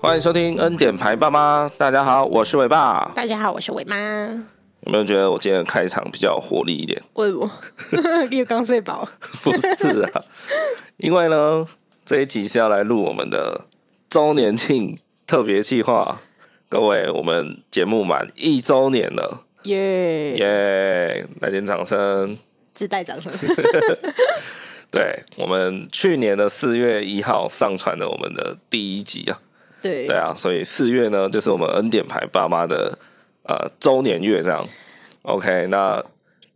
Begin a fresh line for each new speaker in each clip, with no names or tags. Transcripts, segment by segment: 欢迎收听《恩典牌爸妈》，大家好，我是伟爸。
大家好，我是伟妈。
有没有觉得我今天的开场比较有活力一点？
为什么？ 又刚睡饱。
不是啊，因为呢，这一集是要来录我们的周年庆特别计划。各位，我们节目满一周年了，
耶、
耶、来点掌声。
自带掌 声。
对我们去年的四月一号上传了我们的第一集啊，
对
对啊，所以四月呢，就是我们恩典牌爸妈的呃周年月这样。OK，那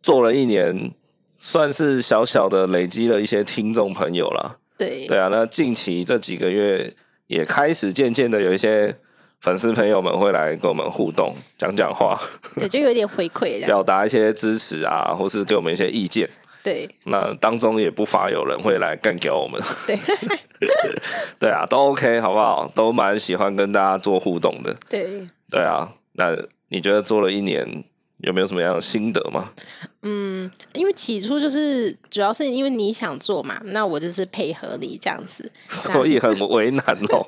做了一年，算是小小的累积了一些听众朋友啦。
对
对啊，那近期这几个月也开始渐渐的有一些粉丝朋友们会来跟我们互动，讲讲话，
对就有点回馈的。
表达一些支持啊，或是给我们一些意见。
对
那当中也不乏有人会来干掉我们，
对
对啊，都 OK 好不好？都蛮喜欢跟大家做互动的。
对，
对啊，那你觉得做了一年有没有什么样的心得 吗？
嗯，因为起初就是主要是因为你想做嘛，那我就是配合你这样子，
所以很为难 哦，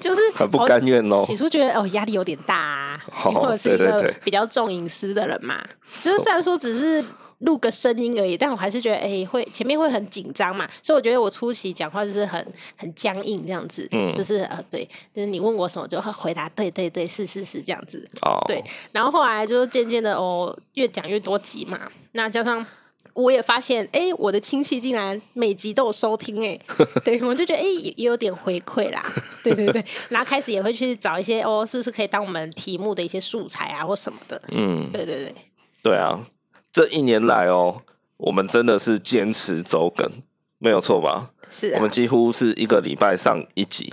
就是
很不甘愿哦
我。起初觉得哦压力有点大、啊，
哦
因为我是一
对对
个
对
比较重隐私的人嘛，就是虽然说只是录个声音而已，但我还是觉得哎、会前面会很紧张嘛，所以我觉得我初期讲话就是很很僵硬这样子，
嗯
就是呃对，就是你问我什么我就回答对对对是是是这样子，
哦，
对，然后后来就渐渐的哦，越讲越多集嘛，那加上。我也发现，哎、我的亲戚竟然每集都有收 听、哎，对我就觉得，哎、也也有点回馈啦，对对对，然后开始也会去找一些，哦，是不是可以当我们题目的一些素材啊，或什么的，
嗯，
对对对，
对啊，这一年来哦，我们真的是坚持周更，没有错吧？
是
我
啊
们，几乎是一个礼拜上一集，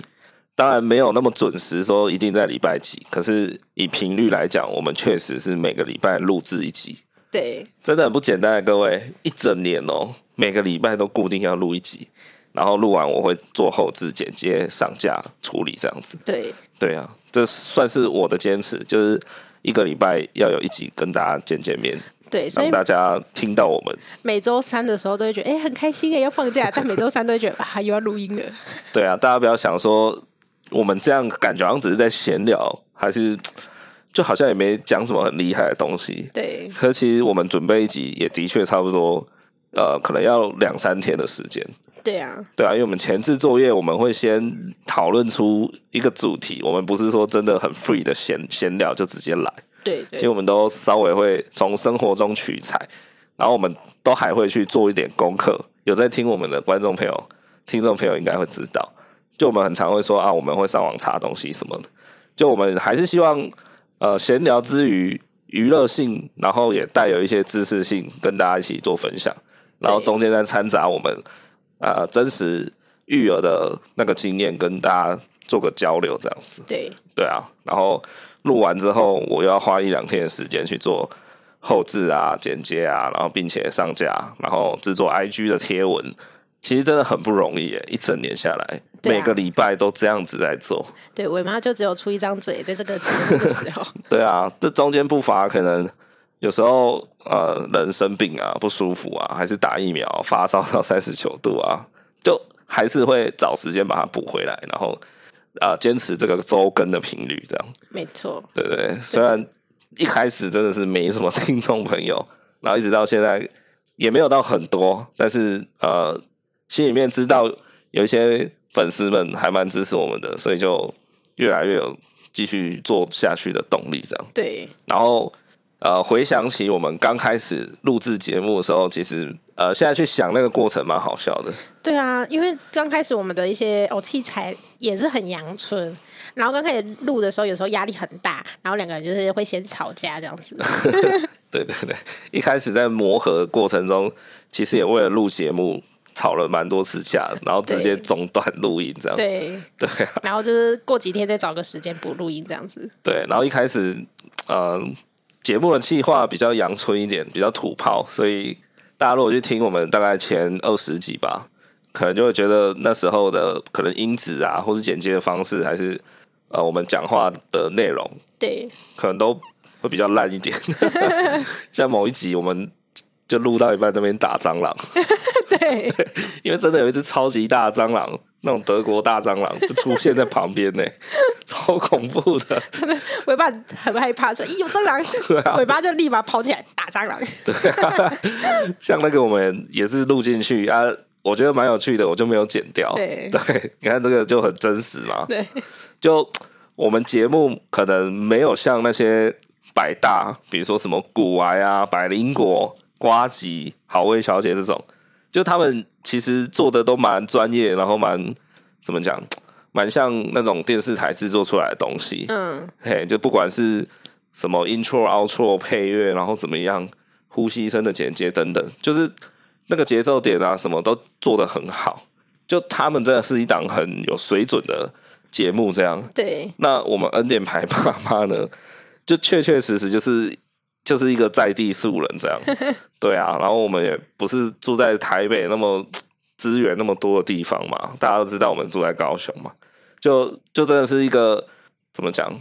当然没有那么准时说一定在礼拜几，可是以频率来讲，我们确实是每个礼拜录制一集，
对
真的很不简单啊，各位，一整年哦，每个礼拜都固定要录一集，然后录完我会做后置剪接、上架处理这样子。
对
对啊，这算是我的坚持，就是一个礼拜要有一集跟大家见见面，
对，所
让
以
大家听到我们。
每周三的时候都会觉得，哎、很开心哎、要放假，但每周三都会觉得啊，又要录音了，
对啊，大家不要想说我们这样感觉好像只是在闲聊，还是就好像也没讲什么很厉害的东西。
对
可其实我们准备一集也的确差不多，呃，可能要两三天的时间。
对啊，
对啊，因为我们前置作业，我们会先讨论出一个主题，我们不是说真的很 free 的闲闲聊就直接来，
对
其实
对
我们都稍微会从生活中取材，然后我们都还会去做一点功课。有在听我们的观众朋友、听众朋友应该会知道，就我们很常会说啊，我们会上网查东西什么的，就我们还是希望呃闲聊之余娱乐性，然后也带有一些知识性，跟大家一起做分享，然后
对
中间再掺杂我们呃真实育儿的那个经验，跟大家做个交流这样子。
对
对啊，然后录完之后，我又要花一两天的时间去做后置啊、剪接啊，然后并且上架，然后制作 IG 的贴文，其实真的很不容易耶，一整年下来，
对啊
每个礼拜都这样子在做。
对，我妈就只有出一张嘴，在这个节目的时候。
对啊，这中间不乏可能有时候呃人生病啊、不舒服啊，还是打疫苗发烧到三十九度啊，就还是会找时间把它补回来，然后呃坚持这个周更的频率这样。
没错，
对不对？虽然一开始真的是没什么听众朋友， 然后一直到现在也没有到很多，但是呃，心里面知道有一些粉丝们还蛮支持我们的，所以就越来越有继续做下去的动力。这样，
对
然后呃，回想起我们刚开始录制节目的时候，其实呃，现在去想那个过程蛮好笑的。
对啊，因为刚开始我们的一些哦器材也是很阳春，然后刚开始录的时候，有时候压力很大，然后两个人就是会先吵架这样子。
对对对，一开始在磨合的过程中，其实也为了录节目吵了蛮多次架，然后直接中断录音这样。
对，
对啊，
然后就是过几天再找个时间补录音这样子。
对，然后一开始，呃，节目的计划比较阳春一点，比较土炮，所以大家如果去听我们大概前二十集吧，可能就会觉得那时候的可能音质啊，或是剪接的方式，还是呃我们讲话的内容，
对
可能都会比较烂一点。 像某一集我们就录到一半，这边打蟑螂，
对
因为真的有一只超级大的蟑螂，那种德国大蟑螂就出现在旁边呢、超 超恐怖的。
尾巴很害怕，说：“咦，有蟑
对啊
螂！”尾巴就立马跑起来打蟑螂。
像那个我们也是录进去啊，我觉得蛮有趣的，我就没有剪掉。
对
你看这个就很真实嘛。
对，
就我们节目可能没有像那些百大，比如说什么古癌啊、百灵果、瓜吉、好味小姐这种，就他们其实做的都蛮专业，然后蛮怎么讲，蛮像那种电视台制作出来的东西。
嗯，
嘿，就不管是什么 intro、outro 配乐，然后怎么样，呼吸声的剪接等等，就是那个节奏点啊，什么都做得很好。就他们真的是一档很有水准的节目，这样。
对，
那我们恩典牌爸妈呢，就确确实实就是就是一个在地素人这样，对啊。然后我们也不是住在台北那么资源那么多的地方嘛，大家都知道我们住在高雄嘛，就就真的是一个怎么讲，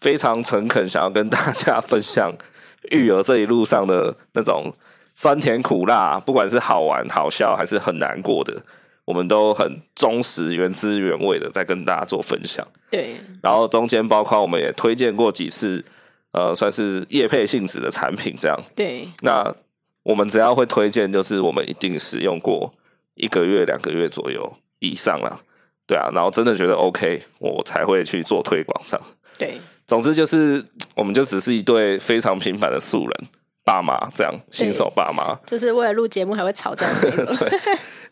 非常诚恳想要跟大家分享育儿这一路上的那种酸甜苦辣，不管是好玩好笑还是很难过的。我们都很忠实、原汁原味的在跟大家做分享。
对，
然后中间包括我们也推荐过几次，呃，算是业配性质的产品这样。
对，
那我们只要会推荐，就是我们一定使用过一个月、两个月左右以上啦，对啊，然后真的觉得 OK，我才会去做推广上。
对，
总之就是，我们就只是一对非常平凡的素人爸妈这样，新手爸妈。
就是为了录节目还会吵架的 那种。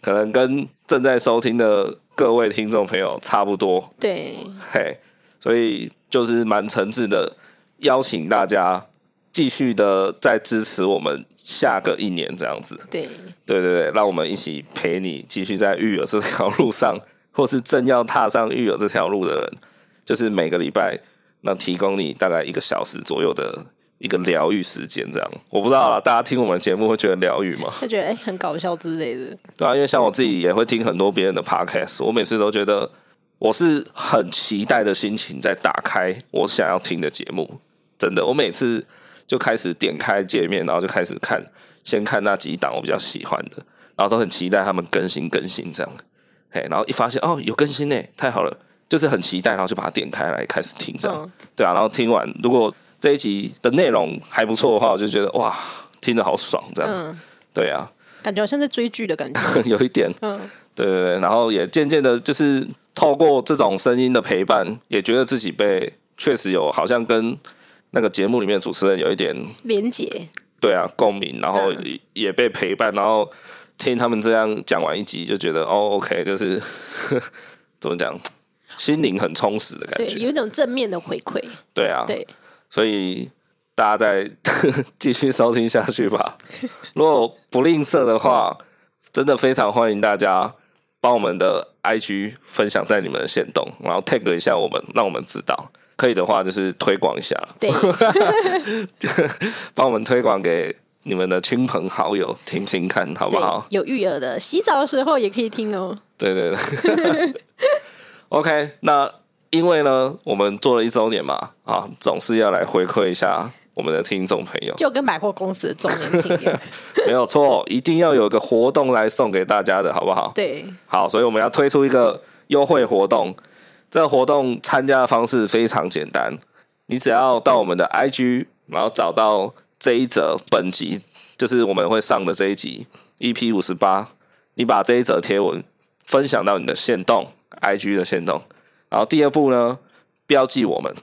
可能跟正在收听的各位听众朋友差不多，
对，
嘿，所以就是蛮诚挚的邀请大家继续的再支持我们下个一年这样子，
对，
对对对，让我们一起陪你继续在育儿这条路上，或是正要踏上育儿这条路的人，就是每个礼拜那提供你大概一个小时左右的一个疗愈时间这样。我不知道啦，大家听我们节目会觉得疗愈吗？
就觉得哎、很搞笑之类的。
对啊，因为像我自己也会听很多别人的 podcast，我每次都觉得我是很期待的心情在打开我想要听的节目，真的，我每次就开始点开界面，然后就开始看，先看那几档我比较喜欢的，然后都很期待他们更新更新这样，嘿，然后一发现哦有更新呢，太好了，就是很期待，然后就把它点开来开始听这样，
嗯
对啊，然后听完如果这一集的内容还不错的话，我就觉得哇听得好爽这样，
嗯，
对啊，
感觉好像在追剧的感觉。
有一点。
嗯，
对对对，然后也渐渐的，就是透过这种声音的陪伴，也觉得自己被确实有好像跟那个节目里面的主持人有一点
连结。
对啊共鸣，然后
嗯
也也被陪伴，然后听他们这样讲完一集，就觉得哦，OK，就是 怎么讲，心灵很充实的感
对，
觉，
有一种正面的回馈。
对啊，
对，
所以大家再 继续收听下去吧。如果不吝啬的话，真的非常欢迎大家帮我们的 IG 分享在你们的线动，然后 tag 一下我们，让我们知道。可以的话，就是推广一下，
对，
帮我们推广给你们的亲朋好友听听看，好不
对
好，？
有育儿的，洗澡的时候也可以听哦。
对对对。OK，那因为呢，我们做了一周年嘛，啊，总是要来回馈一下我们的听众朋友。
就跟百货公司的周年庆一样。
没有错，一定要有个活动来送给大家的，好不好？
对，
好，所以我们要推出一个优惠活动。这个活动参加的方式非常简单，你只要到我们的 IG，然后找到这一则本集，就是我们会上的这一集 EP 五十八，你把这一则贴文分享到你的线动 IG 的线动，然后第二步呢，标记我们，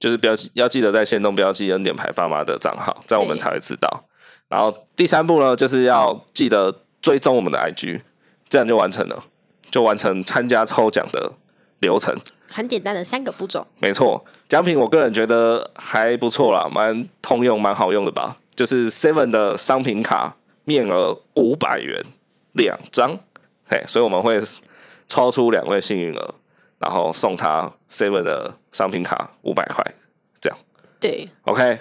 就是标记要记得在线动标记恩典牌爸妈的账号，这样我们
对
才会知道。然后第三步呢，就是要记得追踪我们的 IG，这样就完成了，就完成参加抽奖的流程。
很简单的三个步骤。
没错，奖品我个人觉得还不错啦，蛮通用、蛮好用的吧。就是 Seven 的商品卡面额五百元两张，嘿，所以我们会抽出两位幸运儿，然后送他 Seven 的商品卡五百块。
对，
OK，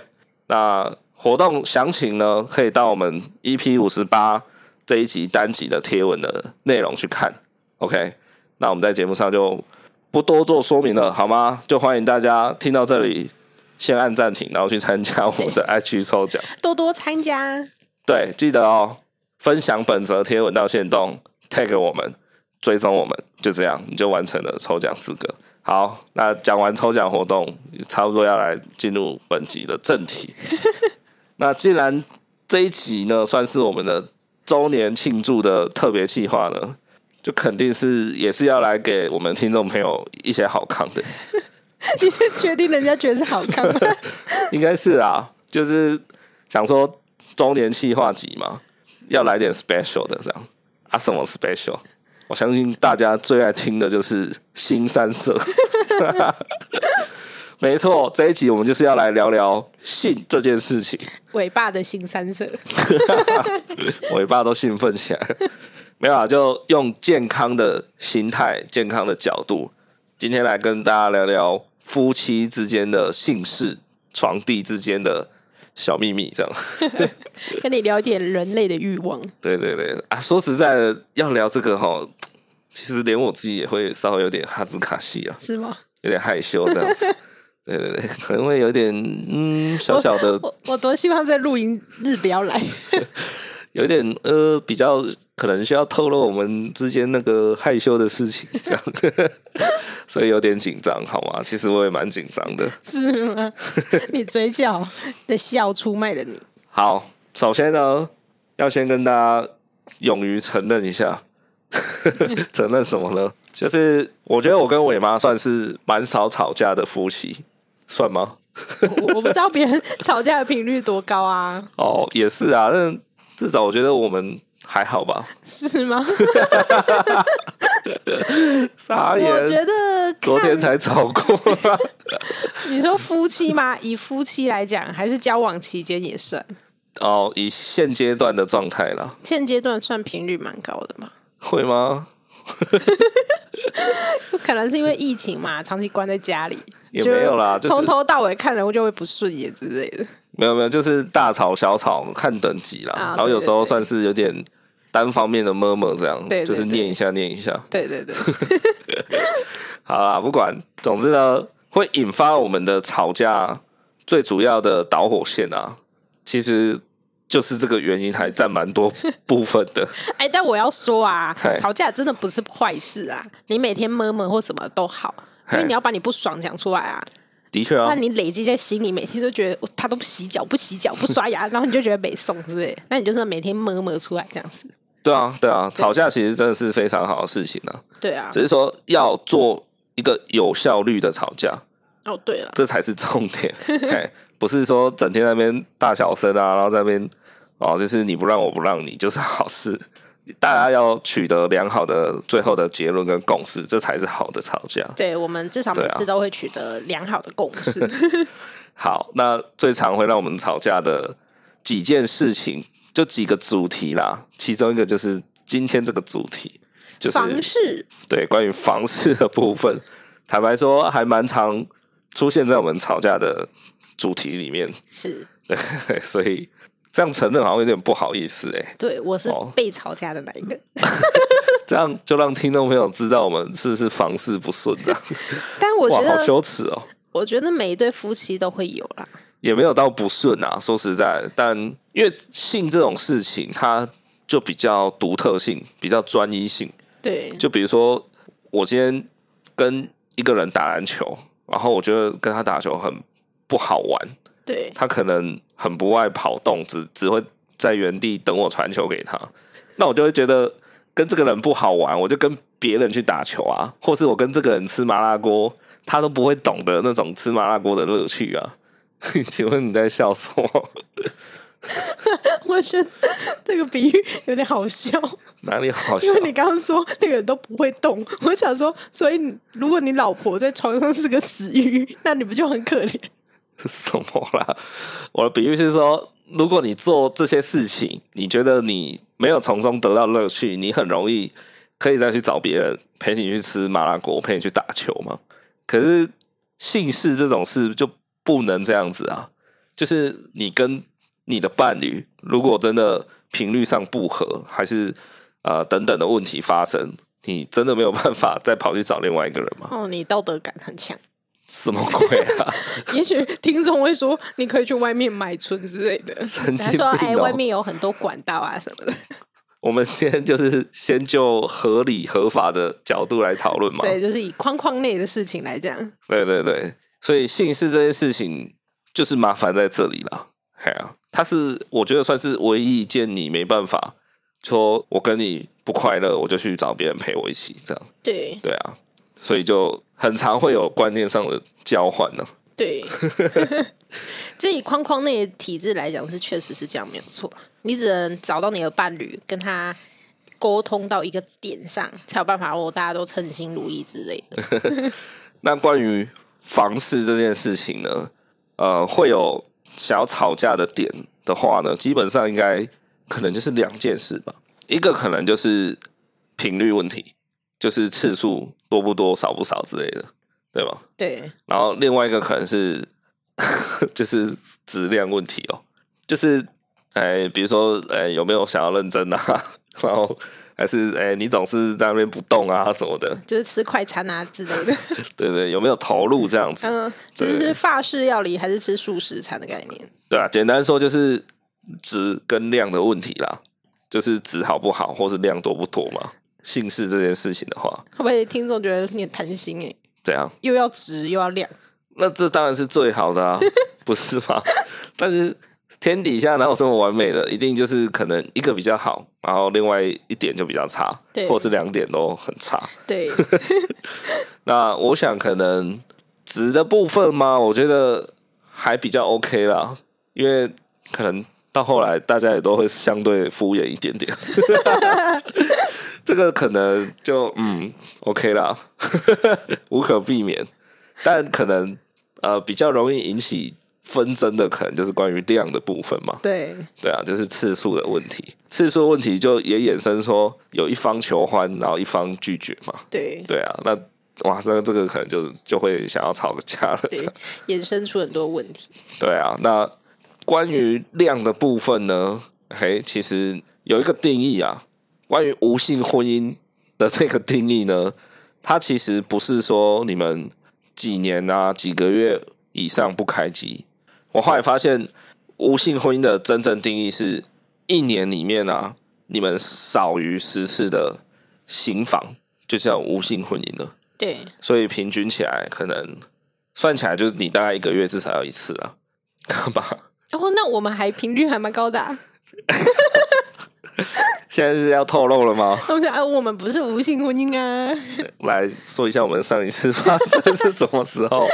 那活动详情呢，可以到我们 EP 五十八这一集单集的贴文的内容去看。OK，那我们在节目上就不多做说明了，好吗？就欢迎大家听到这里先按暂停，然后去参加我们的 IG 抽奖。
多多参 加。
对，记得哦，分享本则贴文到线动，tag 我们，追踪我们，就这样你就完成了抽奖资格。好，那讲完抽奖活动，差不多要来进入本集的正题。那既然这一集呢，算是我们的周年庆祝的特别计划呢，就肯定是也是要来给我们听众朋友一些好康的，
你确定人家觉得是好看吗？
应该是啊，就是想说周年计划集嘛，要来点 special 的这样啊，什么 special？我相信大家最爱听的就是新三色， 没错，这一集我们就是要来聊聊性这件事情。
尾巴的新三色，
尾巴都兴奋起来了。没有啊，就用健康的心态、健康的角度，今天来跟大家聊聊夫妻之间的性事、床地之间的小秘密，这样。
跟你聊一点人类的欲望。
对对对啊，说实在的，要聊这个哈，其实连我自己也会稍微有点哈兹卡西啊，
是吗？
有点害羞这样子。对对对，可能会有点嗯，小小的
我我多希望在露营日不要 来，
有点呃，比较可能需要透露我们之间那个害羞的事情，这样， 所以有点紧张，好吗？其实我也蛮紧张的。
是吗？你嘴角的笑出卖了你。
好，首先呢，要先跟大家勇于承认一下， 承认什么呢？就是我觉得我跟伟妈算是蛮少吵架的夫妻，算吗？
我我不知道别人吵架的频率多高啊，
哦，也是啊，但至少我觉得我们还好吧。
是吗？
傻眼，
我觉得看
昨天才吵过 啦。
你说夫妻吗？ 以夫妻来讲，还是交往期间也算？
哦，以现阶段的状态啦，
现阶段算频率蛮高的嘛，
会吗？
可能是因为疫情嘛，长期关在家里，
也没有啦
就
就是
从头到尾看人物就会不顺眼之类的。
没有没有，就是大吵小吵，看等级啦。
啊
然后有时候
对对
算是有点单方面的摸摸这样，
对对
就是
对
念一下念一下。
对 对对，
好啦，不管，总之呢，会引发我们的吵架最主要的导火线啊，其实就是这个原因还占蛮 多部分的。
哎，但我要 说啊
嗨，
吵架真的不是坏事啊，你每天闷闷或什么都好，因为
嗨
你要把你不爽讲出来啊，
的确
不
啊
然，你累积在心里，每天都觉得哦他都不洗脚、不洗脚、不刷牙，然后你就觉得没送之类的，那你就是每天闷闷出来这样子。
对啊，对啊，吵架其实真的是非常好的事情啊，
对啊，
只是说要做一个有效率的吵架。
哦对了，
这才是重点。 哎，不是说整天在那边大小声啊，然后在那边哦，就是你不让我不让你，就是好事。大家要取得良好的最后的结论跟共识，这才是好的吵架。
对我们至少每
对啊
次都会取得良好的共识。
好，那最常会让我们吵架的几件事情，就几个主题啦，其中一个就是今天这个主题，就是
房事
对，关于房事的部分，坦白说还蛮常出现在我们吵架的主题里面。
是
对， 所以这样承认好像有点不好意思哎、
对我是
哦
被吵架的那一个，
这样就让听众朋友知道我们是不是房事不顺这样，
但 我觉
哇，好
得
羞耻哦、
我觉得每一对夫妻都会有啦，
也没有到不顺啊，说实在的，但因为性这种事情，它就比较独特性，比较专一性。
对
就比如说，我今天跟一个人打篮球，然后我觉得跟他打球很不好玩，
对
他可能很不爱跑动，只只会在原地等我传球给他，那我就会觉得跟这个人不好玩，我就跟别人去打球啊，或是我跟这个人吃麻辣锅，他都不会懂得那种吃麻辣锅的乐趣啊。 请问你在笑什么？
我觉得这个比喻有点好 笑，
啊哪里好笑
因为？你刚刚说那个人都不会动，我想说，所以你如果你老婆在床上是个死鱼， 那你不就很可怜？
什么啦？我的比喻是说，如果你做这些事情，你觉得你没有从中得到乐趣，你很容易可以再去找别人陪你去吃麻辣锅，陪你去打球嘛。可是性事这种事就不能这样子啊！就是你跟你的伴侣，如果真的频率上不合，还是呃等等的问题发生，你真的没有办法再跑去找另外一个人吗？
哦，你道德感很强，
什么鬼啊！
也许听众会说，你可以去外面买春之类的。
神
他
经病、
说
哦！：“
哎，外面有很多管道啊什么的。
我们今天就是先就合理合法的角度来讨论嘛。
对，就是以框框内的事情来讲，
对对对，所以姓氏这件事情就是麻烦在这里了。哎呀、它是我觉得算是唯一一件你没办法说，我跟你不快乐，我就去找别人陪我一起这样。
对
对啊，所以就很常会有观念上的交换呢、
对， 这以框框内的体制来讲是确实是这样，没有错。你只能找到你的伴侣，跟他沟通到一个点上，才有办法哦，大家都称心如意之类 的。
那关于房事这件事情呢，呃，会有想要吵架的点的话呢，基本上应该可能就是两件事吧。一个可能就是频率问题，就是次数多不多、少不少之类的，对吧？
对，
然后另外一个可能是 就是质量问题哦，就是哎，比如说哎有没有想要认真啊， 然后还是哎你总是在那边不动啊什么的，
就是吃快餐啊之类的。
对对，有没有投入这样子？
嗯，就是是法式料理还是吃素食餐的概念。
对啊，简单说就是值跟量的问题啦，就是值好不好，或是量多不多嘛。姓氏这件事情的话，
会不会听众觉得你很贪心哎、
怎样？
又要直又要亮？
那这当然是最好的啊，不是吗？但是天底下哪有这么完美的？一定就是可能一个比较好，然后另外一点就比较差，
对
或是两点都很差。
对，
那我想可能值的部分嘛，我觉得还比较 OK 啦，因为可能到后来大家也都会相对敷衍一点 点，这个可能就嗯 OK 啦， 无可避免，但可能呃比较容易引起纷争的，可能就是关于量的部分嘛，
对，
对啊，就是次数的问题，次数问题就也衍生说有一方求欢，然后一方拒绝嘛，
对，
对啊，那哇，那这个可能就就会想要吵个架了。这
对
样，
衍生出很多问题。
对啊，那关于量的部分呢？嘿，其实有一个定义啊，关于无性婚姻的这个定义呢，它其实不是说你们几年啊、几个月以上不开机。我后来发现，无性婚姻的真正定义是一年里面啊，你们少于十次的行房，就叫无性婚姻了。
对，
所以平均起来可能算起来就是你大概一个月至少要一次啊， 干嘛？
哦，那我们还频率还蛮高 的、啊。
现在是要透露了吗？
那我想，哎、我们不是无性婚姻啊，
来说一下我们上一次发生是什么时候？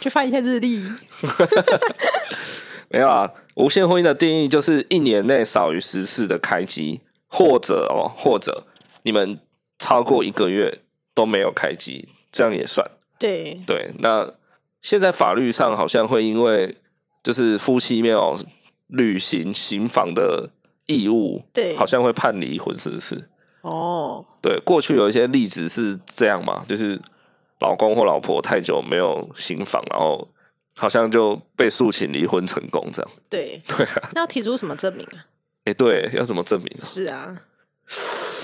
去翻一下日历。
没有啊，无限婚姻的定义就是一年内少于十次的开机，或者哦，或者你们超过一个月都没有开机，这样也算。
对，
对，那现在法律上好像会因为就是夫妻没有履行刑房的义务，
嗯对
好像会判离婚，是不是？
哦，
对，过去有一些例子是这样嘛，就是老公或老婆太久没有刑房，然后好像就被诉请离婚成功这样。
对，
对啊，
那要提出什么证明啊？
哎、对，要怎么证明啊？
是啊，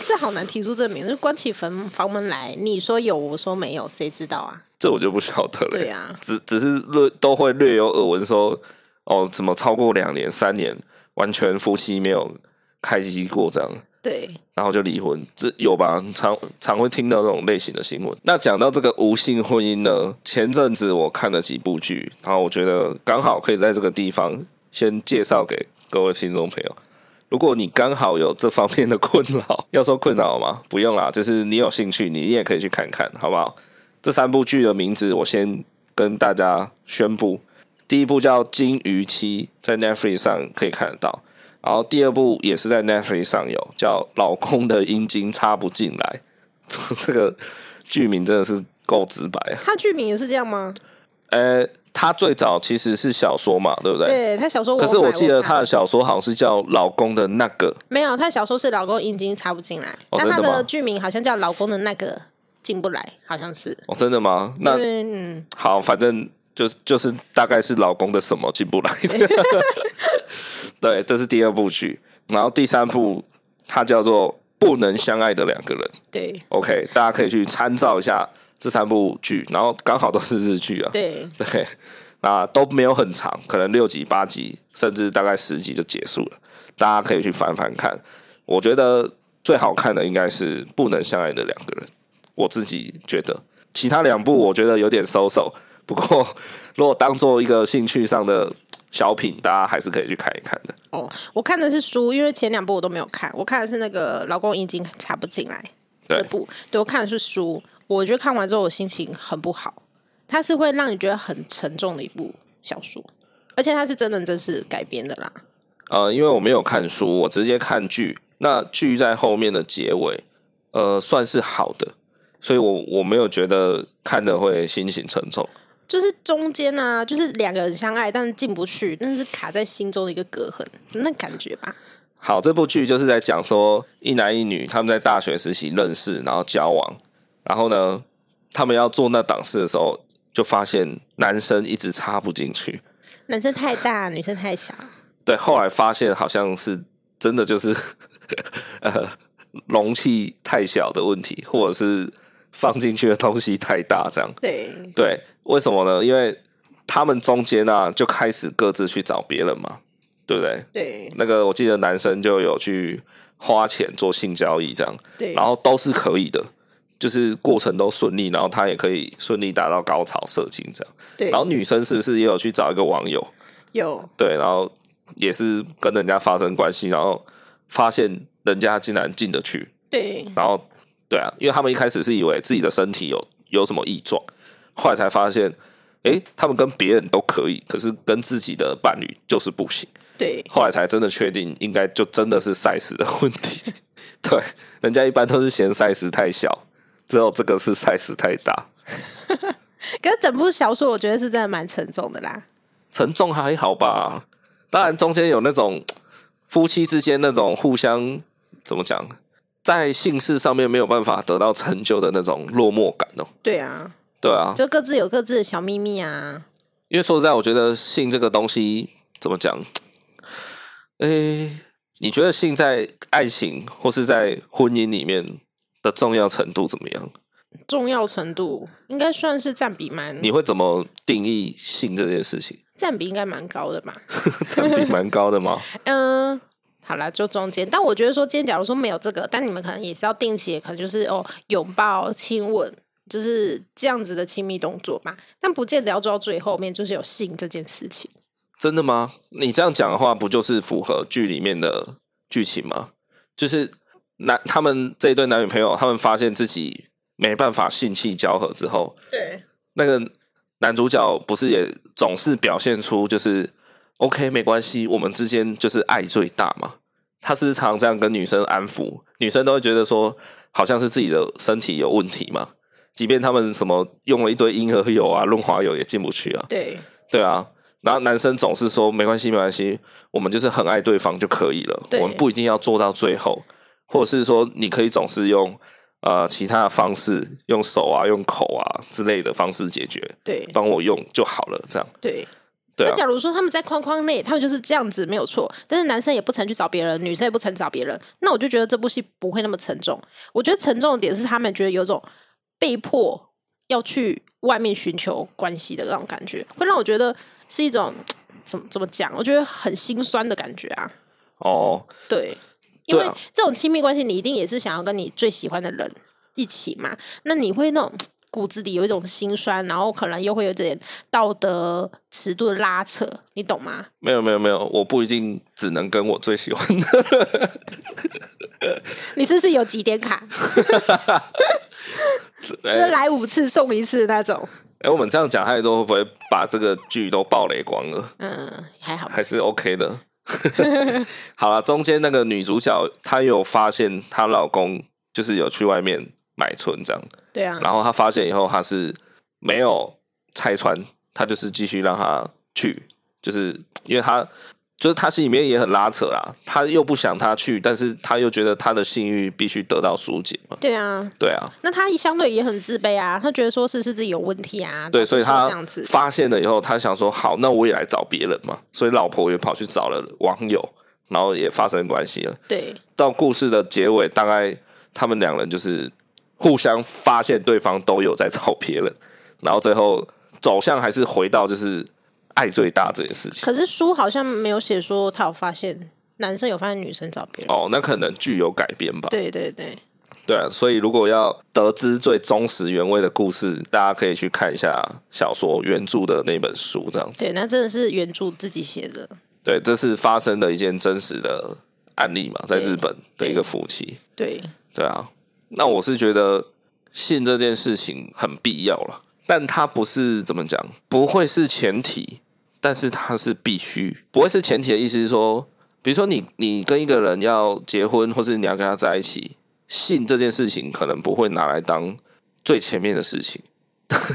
这好难提出证明，就是关起房房门来，你说有，我说没有，谁知道啊？
这我就不晓得了。
对啊，
只只是略都会略有耳闻说，哦，怎么超过两年、三年，完全夫妻没有开机过这样。
对，
然后就离婚，这有吧？常常会听到这种类型的新闻。那讲到这个无性婚姻呢，前阵子我看了几部剧，然后我觉得刚好可以在这个地方先介绍给各位听众朋友。如果你刚好有这方面的困扰， 要说困扰吗？不用啦，就是你有兴趣，你也可以去看看，好不好？这三部剧的名字我先跟大家宣布，第一部叫《金鱼妻》，在 Netflix 上可以看得到。然后第二部也是在 Netflix 上有，叫《老公的阴茎插不进来》， 这个剧名真的是够直白啊！
他剧名也是这样吗？
呃，它最早其实是小说嘛，对不对？
对他小时候有买，
可是我记得
看
他的小说好像是叫《老公的那个
没有，他小说是老公阴茎插不进来，
哦
但他
真的吗
的剧名好像叫老公的那个进不来，好像是。》
哦，真的吗？那
对，嗯，
好，反正就是就是大概是老公的什么进不来。 对，这是第二部剧，然后第三部它叫做《不能相爱的两个人》。
对
OK，大家可以去参照一下这三部剧，然后刚好都是日剧啊，
对
对，那都没有很长，可能六集、八集，甚至大概十集就结束了，大家可以去翻翻看。我觉得最好看的应该是《不能相爱的两个人》，我自己觉得，其他两部我觉得有点收手。不过， 如果当做一个兴趣上的小品，大家还是可以去看一看的。
哦，我看的是书，因为前两部我都没有看，我看的是那个《老公已经插不进来》
对
这部，对我看的是书，我觉得看完之后我心情很不好，它是会让你觉得很沉重的一部小说，而且它是真人真事改编的啦。
呃，因为我没有看书，我直接看剧。那剧在后面的结尾，呃，算是好的，所以我我没有觉得看的会心情沉重。
就是中间啊，就是两个人相爱，但是进不去，但是卡在心中的一个隔阂，那感觉吧。
好，这部剧就是在讲说一男一女他们在大学时期认识，然后交往，然后呢，他们要做那档事的时候，就发现男生一直插不进去。
男生太大，女生太小，
对，后来发现好像是真的就是 呃容器太小的问题，或者是放进去的东西太大这样。
对，
对，为什么呢？因为他们中间啊就开始各自去找别人嘛，对不对？
对，
那个我记得男生就有去花钱做性交易这样，
对，
然后都是可以的，就是过程都顺利，然后他也可以顺利达到高潮射精这样。
对
然，后女生是不是也有去找一个网友？
有，
对，然后也是跟人家发生关系，然后发现人家竟然进得去，
对，
然后对啊，因为他们一开始是以为自己的身体有有什么异状，后来才发现，诶，他们跟别人都可以，可是跟自己的伴侣就是不行。
对，
后来才真的确定，应该就真的是 size 的问题。 对，人家一般都是嫌 size 太小，只有这个是 size 太大。
可是整部小说我觉得是真的蛮沉重的啦。
沉重还好吧，当然中间有那种夫妻之间那种互相怎么讲，在性事上面没有办法得到成就的那种落寞感哦、
对啊，
对啊，
就各自有各自的小秘密啊。
因为说实在，我觉得性这个东西怎么讲？诶、你觉得性在爱情或是在婚姻里面的重要程度怎么样？
重要程度应该算是占比蛮，
你会怎么定义性这件事情？
占比应该蛮高的吧？
占比蛮高的吗？
嗯，好啦，就中间。但我觉得说，今天假如说没有这个，但你们可能也是要定期，可能就是哦，拥抱、亲吻，就是这样子的亲密动作吧。但不见得要做到最后面，就是有性这件事情。
真的吗？你这样讲的话，不就是符合剧里面的剧情吗？就是男他们这一对男女朋友，他们发现自己没办法性气交合之后，
对
那个男主角不是也总是表现出就是 OK 没关系，我们之间就是爱最大嘛。他是不是常这样跟女生安抚，女生都会觉得说好像是自己的身体有问题嘛。即便他们什么用了一堆婴儿油啊、润滑油也进不去啊。
对
对啊，然后男生总是说没关系，没关系，我们就是很爱对方就可以了，
对
我们不一定要做到最后，或者是说你可以总是用呃其他的方式，用手啊、用口啊之类的方式解决，
对
帮我用就好了，这样
对。
对
那
啊，
假如说他们在框框内，他们就是这样子没有错，但是男生也不曾去找别人，女生也不曾找别人，那我就觉得这部戏不会那么沉重。我觉得沉重的点是他们觉得有种被迫要去外面寻求关系的那种感觉，会让我觉得是一种怎么怎么讲？我觉得很心酸的感觉啊。
哦，
对，因为
对啊
这种亲密关系，你一定也是想要跟你最喜欢的人一起嘛。那你会那种骨子里有一种心酸，然后可能又会有点道德尺度的拉扯，你懂吗？
没有没有没有，我不一定只能跟我最喜欢的，
你是不是有几点 卡？就是
哎、
来五次送一次那种。
哎我们这样讲太多，会不会把这个剧都爆雷光了？
嗯，还好吧。
还是 OK 的。 好了，中间那个女主角她有发现她老公就是有去外面买春这样，
对啊，
然后她发现以后她是没有拆穿，她就是继续让他去，就是因为她就是她心里面也很拉扯啦，她又不想他去，但是她又觉得她的性欲必须得到疏解嘛，
对啊。
对啊，
那他相对也很自卑啊，他觉得说是不是自己有问题啊？
对，所以
导致说
她
这样子。
发现了以后，她想说好，那我也来找别人嘛，所以老婆也跑去找了网友，然后也发生关系了。
对
到故事的结尾，大概他们两人就是互相发现对方都有在找别人，然后最后走向还是回到就是爱最大这件事情。
可是书好像没有写说他有发现男生有发现女生找别人。
哦，那可能剧有改编吧。
对对对，
对啊，所以如果要得知最忠实原味的故事，大家可以去看一下小说原著的那本书，这样子。
对，那真的是原著自己写的。
对，这是发生的一件真实的案例嘛，在
对
日本的一
对
个夫妻。
对，
对啊，那我是觉得性这件事情很必要了，但它不是怎么讲，不会是前提，但是它是必须，不会是前提的意思是说，比如说你你跟一个人要结婚，或是你要跟他在一起，性这件事情可能不会拿来当最前面的事情，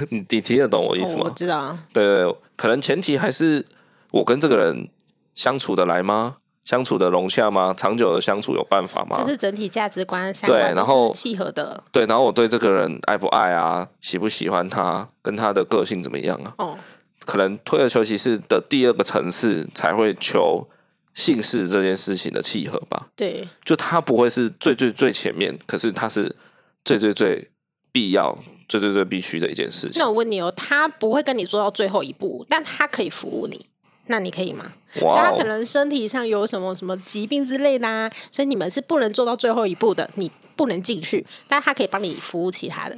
你你听得懂我意思
哦我
吗？
知道啊。
对对对，可能前提还是我跟这个人相处得来吗？相处的融洽吗？长久的相处有办法吗？
就是整体价值观三
对
观都
然后
是契合的
对，然后我对这个人爱不爱啊，喜不喜欢他，跟他的个性怎么样啊，
哦，
可能退而求其次的第二个层次才会求姓氏这件事情的契合吧。
对
就他不会是最最最前面，可是他是最最最必要、最最最必须的一件事情
那。我问你哦，他不会跟你做到最后一步，但他可以服务你，那你可以吗？就
哇
他可
哦，
能身体上有什么什么疾病之类的啊，所以你们是不能做到最后一步的，你不能进去，但他可以帮你服务其他的。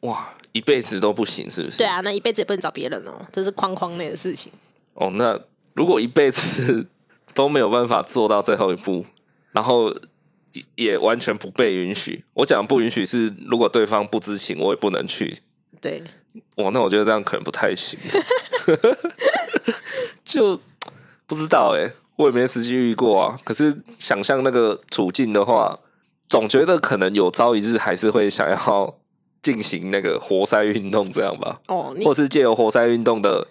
哇，一辈子都不行，是不是？
对。啊，那一辈子也不能找别人哦，这是框框内的事情。
哦，那如果一辈子 都没有办法做到最后一步，然后也也完全不被允许，我讲不允许是如果对方不知情，我也不能去。
对，
哇，那我觉得这样可能不太行， 就不知道哎、我也没实际遇过啊。可是想象那个处境的话，总觉得可能有朝一日还是会想要进行那个活塞运动，这样吧。
哦，你
或是借由活塞运动的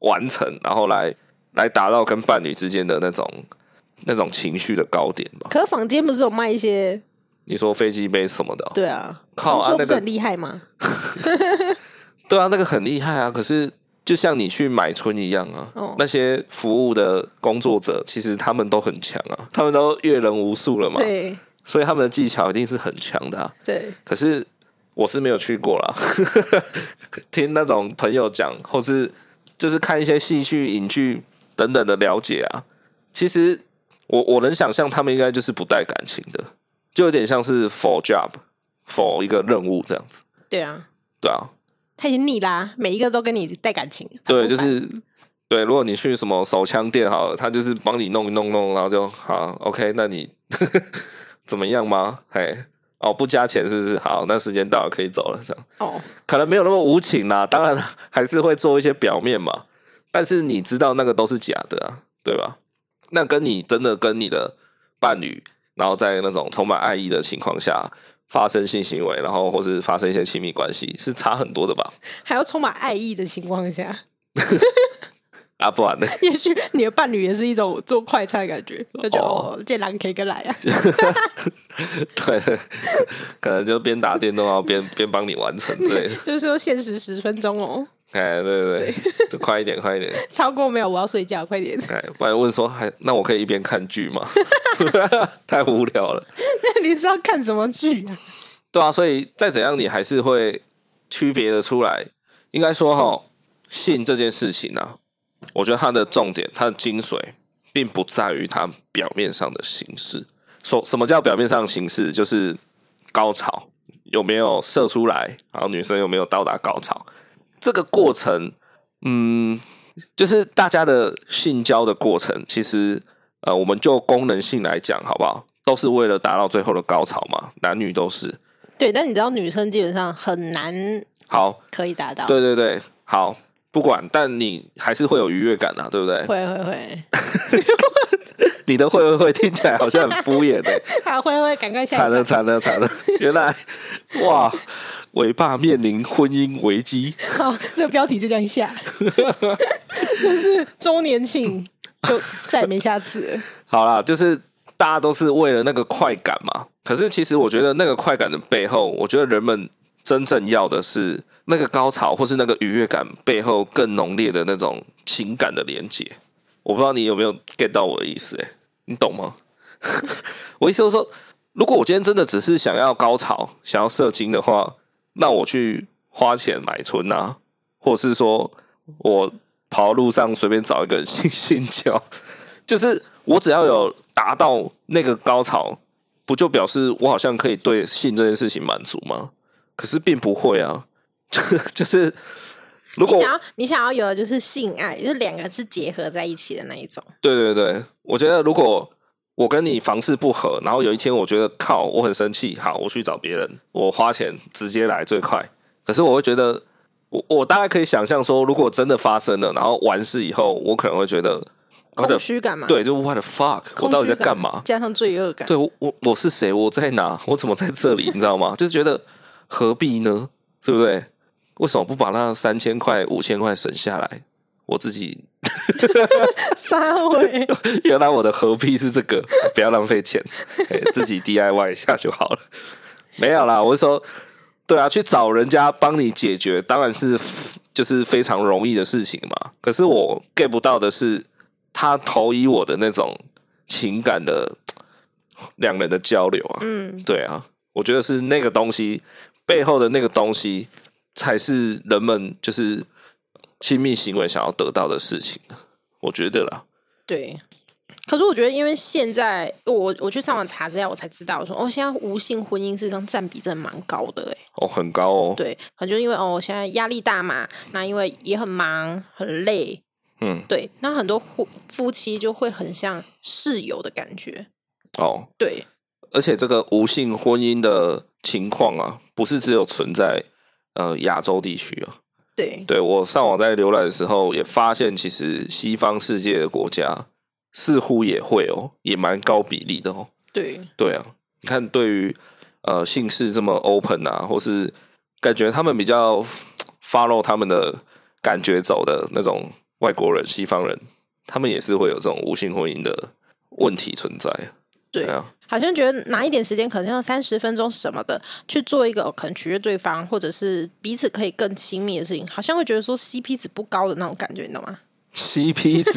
完成，然后来来达到跟伴侣之间的那种那种情绪的高点吧。
可坊间不是有卖一些？
你说飞机杯什么的哦、
对啊，
靠啊
说不
那
是
个
很厉害吗？
对啊，那个很厉害啊。可是就像你去买春一样啊，
哦
那些服务的工作者其实他们都很强啊，他们都阅人无数了嘛，
对
所以他们的技巧一定是很强的、啊。
对，
可是我是没有去过啦， 听那种朋友讲，或是就是看一些戏剧、影剧等等的了解啊。其实我我能想象，他们应该就是不带感情的，就有点像是 for job for 一个任务这样子，
对啊，
对啊，
他已经腻啦、每一个都跟你啊带感情。反
对，
复
就
反
是对。如果你去什么手枪店好了，他就是帮你弄一弄弄，然后就好，OK，那你 怎么样吗？哎，哦，不加钱是不是？好，那时间到了可以走了，这样。
哦，
可能没有那么无情啦， 当然还是会做一些表面嘛。但是你知道那个都是假的啊，对吧？那跟你真的跟你的伴侣，然后在那种充满爱意的情况下发生性行为，然后或是发生一些亲密关系，是差很多的吧？
还要充满爱意的情况下，
啊，不然呢？
也许你的伴侣也是一种做快餐的感觉，就觉得
哦
哦，这狼可以跟来啊。
对，可能就边打电动然后边边帮你完成之类的。
就是说限时十分钟哦，
哎，对对对，就快一点，快一点。
超过没有我要睡觉，快点。
哎，不然问说，还那我可以一边看剧吗？ 太无聊了。
那你是要看什么剧啊？
对啊，所以再怎样你还是会区别的出来。应该说哈，性这件事情啊，我觉得它的重点、它的精髓，并不在于它表面上的形式。所什么叫表面上的形式？就是高潮有没有射出来，然后女生有没有到达高潮，这个过程，嗯，就是大家的性交的过程，其实呃，我们就功能性来讲，好不好？都是为了达到最后的高潮嘛，男女都是。
对，但你知道女生基本上很难
好，
可以达到，
对对对，好，不管，但你还是会有愉悦感啊，对不对？
会会会，
你的会会会听起来好像很敷衍的、
好会会，赶快下
惨
一个
了惨了惨了！ 原来哇，尾巴面临婚姻危机，
好，这个标题就这样下， 但是周年庆就再也没下次了。
好啦，就是大家都是为了那个快感嘛。可是其实我觉得那个快感的背后，我觉得人们真正要的是那个高潮或是那个愉悦感背后更浓烈的那种情感的连接。我不知道你有没有 get 到我的意思、欸，你懂吗？ 我意思就是说，如果我今天真的只是想要高潮、想要射精的话，那我去花钱买春啊，或者是 说我跑到路上随便找一个人性性交，就是我只要有达到那个高潮，不就表示我好像可以对性这件事情满足吗？可是并不会啊， 就是如
你
果
想要你想要有的就是性爱，就是两个是结合在一起的那一种。
对对对，我觉得如果我跟你房事不合，然后有一天我觉得靠，我很生气，好，我去找别人，我花钱直接来最快。可是我会觉得，我我大概可以想象说，如果真的发生了，然后完事以后，我可能会觉得我的
空虚感嘛，
对，就 what the fuck，
空虚感，
我到底在干嘛？
加上罪恶感，
对我我我是谁？我在哪？我怎么在这里？你知道吗？就是觉得何必呢？对不对？为什么不把那三千块、五千块省下来？我自己
撒 尾。
原来我的何必是这个，不要浪费钱，哎自己 DIY 一下就好了。没有啦，我是说，对啊，去找人家帮你解决，当然是就是非常容易的事情嘛。可是我 get 不到的是，他投以我的那种情感的两人的交流啊，
嗯，
对啊，我觉得是那个东西背后的那个东西，才是人们就是亲密行为想要得到的事情。啊我觉得啦，
对。可是我觉得，因为现在我我去上网查资料，我才知道，我说哦，现在无性婚姻事实上占比真的蛮高的哎、
哦，很高哦，
对，可能就是因为哦，现在压力大嘛，那因为也很忙很累，
嗯，
对，那很多夫夫妻就会很像室友的感觉，
哦，
对，
而且这个无性婚姻的情况啊，不是只有存在呃亚洲地区啊。
对，
对我上网在浏览的时候，也发现其实西方世界的国家似乎也会哦，也蛮高比例的哦。
对，
对啊，你看对于呃姓氏这么 open 啊，或是感觉他们比较 follow 他们的感觉走的那种外国人、西方人，他们也是会有这种无性婚姻的问题存在。
对
啊，
好像觉得拿一点时间，可能要三十分钟什么的，去做一个哦可能取悦对方，或者是彼此可以更亲密的事情，好像会觉得说 CP 值不高的那种感觉，你懂吗？
CP 值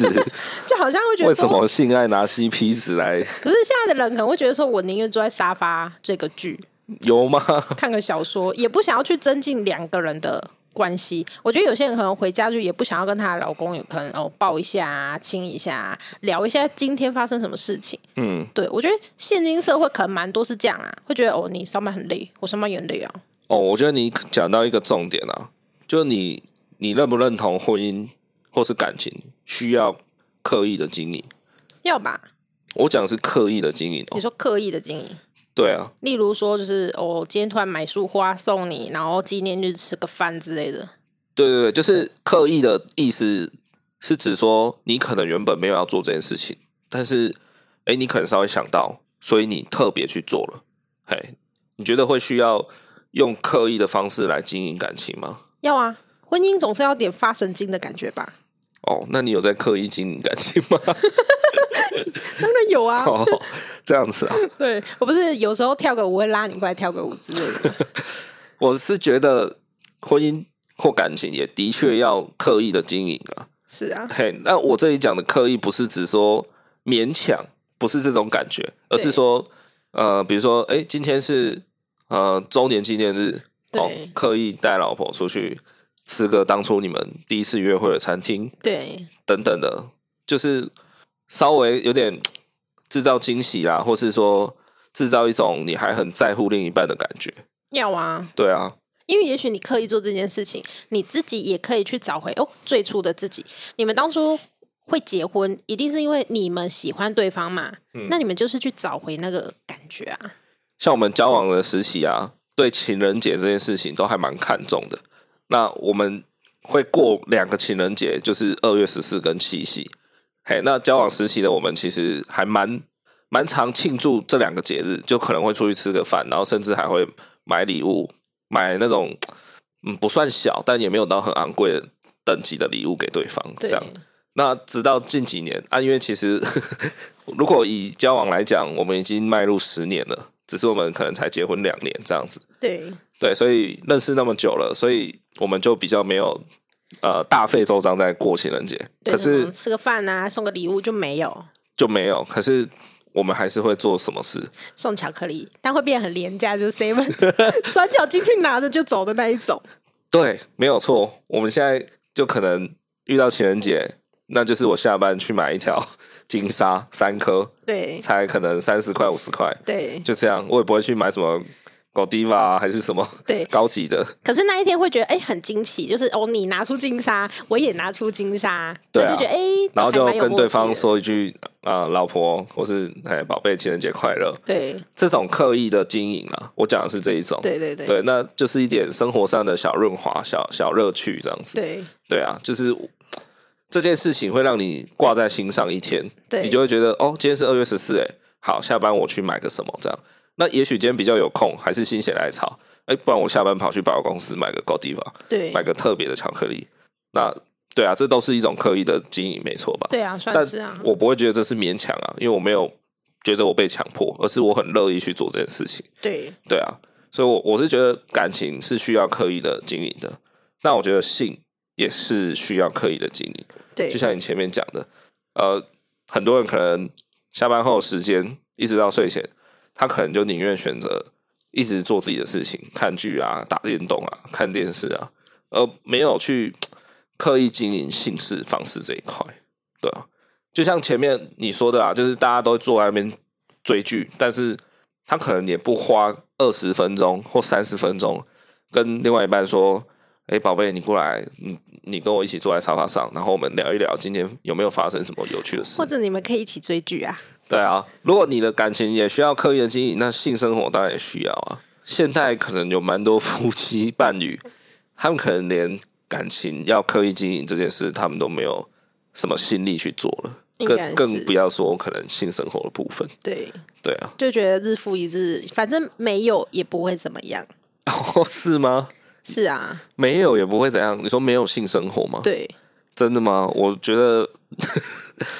就好像会觉
为
得
什
说，
么性爱拿 CP 值来
可是现在的人可能会觉得说，我宁愿坐在沙发这个剧，
有吗？
看个小说，也不想要去增进两个人的关系。我觉得有些人可能回家就也不想要跟她的老公有可能哦抱一下、啊、亲一下、啊、聊一下今天发生什么事情。
嗯，
对我觉得现今社会可能蛮多是这样啊，会觉得哦你上班很累，我上班也很累啊。
哦，我觉得你讲到一个重点啊，就是你你认不认同婚姻或是感情需要刻意的经营？
要吧？
我讲的是刻意的经营
你
哦，
说刻意的经营，
对啊，
例如说就是哦，今天突然买束花送你，然后纪念日吃个饭之类的。
对对对，就是刻意的意思是指说你可能原本没有要做这件事情，但是哎，你可能稍微想到，所以你特别去做了。嘿，你觉得会需要用刻意的方式来经营感情吗？
要啊，婚姻总是要有点发神经的感觉吧？
哦，那你有在刻意经营感情吗？
当然有啊。
哦，这样子啊，
对我不是有时候跳个舞会拉你过来跳个舞之类的 吗，
我是觉得婚姻或感情也的确要刻意的经营啊。
是啊，
嘿，那我这里讲的刻意不是指说勉强，不是这种感觉，而是说，呃，比如说，哎、今天是呃周年纪念日，哦
对，
刻意带老婆出去吃个当初你们第一次约会的餐厅
对
等等的，就是稍微有点制造惊喜啦，或是说制造一种你还很在乎另一半的感觉。
要啊，
对啊，
因为也许你刻意做这件事情，你自己也可以去找回哦最初的自己。你们当初会结婚，一定是因为你们喜欢对方嘛？
嗯
那你们就是去找回那个感觉啊。
像我们交往的时期啊，对情人节这件事情都还蛮看重的。那我们会过两个情人节，就是二月十四跟七夕。嘿，那交往时期的我们其实还蛮蛮常庆祝这两个节日，就可能会出去吃个饭，然后甚至还会买礼物，买那种嗯不算小，但也没有到很昂贵的等级的礼物给对方，这
对
样。那直到近几年啊，因为其实如果以交往来讲，我们已经迈入十年了，只是我们可能才结婚两年这样子。
对，
对，所以认识那么久了，所以我们就比较没有呃大费周章在过情人节，
对
可
什
是
么吃个饭啊，送个礼物就没有
就没有，可是我们还是会做什么事？
送巧克力，但会变得很廉价，就是 seven 转角进去拿着就走的那一种。
对，没有错，我们现在就可能遇到情人节，那就是我下班去买一条 金沙三颗，
对
才可能三十块五十块，
对
就这样，我也不会去买什么 Godiva 啊还是什么
对
高级的，
可是那一天会觉得哎、很惊奇，就是哦，你拿出金沙，我也拿出金沙，
对啊
那就觉得哎、
然后就
还蛮有
跟
默
对
契
方
的，
说一句啊、老婆或是哎宝贝，情人节快乐。
对
这种刻意的经营啊，我讲的是这一种。
对对对
对，那就是一点生活上的小润滑、小小乐趣这样子。
对
对啊，就是这件事情会让你挂在心上一天，
对
你就会觉得哦，今天是二月十四，哎，好，下班我去买个什么这样。那也许今天比较有空，还是心血来潮，哎，不然我下班跑去百货公司买个高迪吧，
对
买个特别的巧克力。那对啊，这都是一种刻意的经营，没错吧？
对啊，
但
算是啊，
我不会觉得这是勉强啊，因为我没有觉得我被强迫，而是我很乐意去做这件事情。
对
对啊，所以我，我是觉得感情是需要刻意的经营的。那我觉得性也是需要刻意的经营，
对，
就像你前面讲的，呃，很多人可能下班后时间一直到睡前，他可能就宁愿选择一直做自己的事情，看剧啊、打电动啊、看电视啊，而没有去刻意经营性事方式这一块，对啊。就像前面你说的啊，就是大家都坐在那边追剧，但是他可能也不花二十分钟或三十分钟跟另外一半说：“哎、宝贝，你过来，你你跟我一起坐在沙发上，然后我们聊一聊今天有没有发生什么有趣的事
或。者你们可以一起追剧啊，”
对啊，如果你的感情也需要刻意的经营，那性生活当然也需要啊。现在可能有蛮多夫妻伴侣， 他们可能连感情要刻意经营这件事，他们都没有什么心力去做了，
应该
更
是
更不要说可能性生活的部分。
对，
对 啊，
就觉得日复一日，反正没有也不会怎么样，
哦，是吗？
是啊，
没有也不会怎样。你说没有性生活吗？，
对，
真的吗？我觉得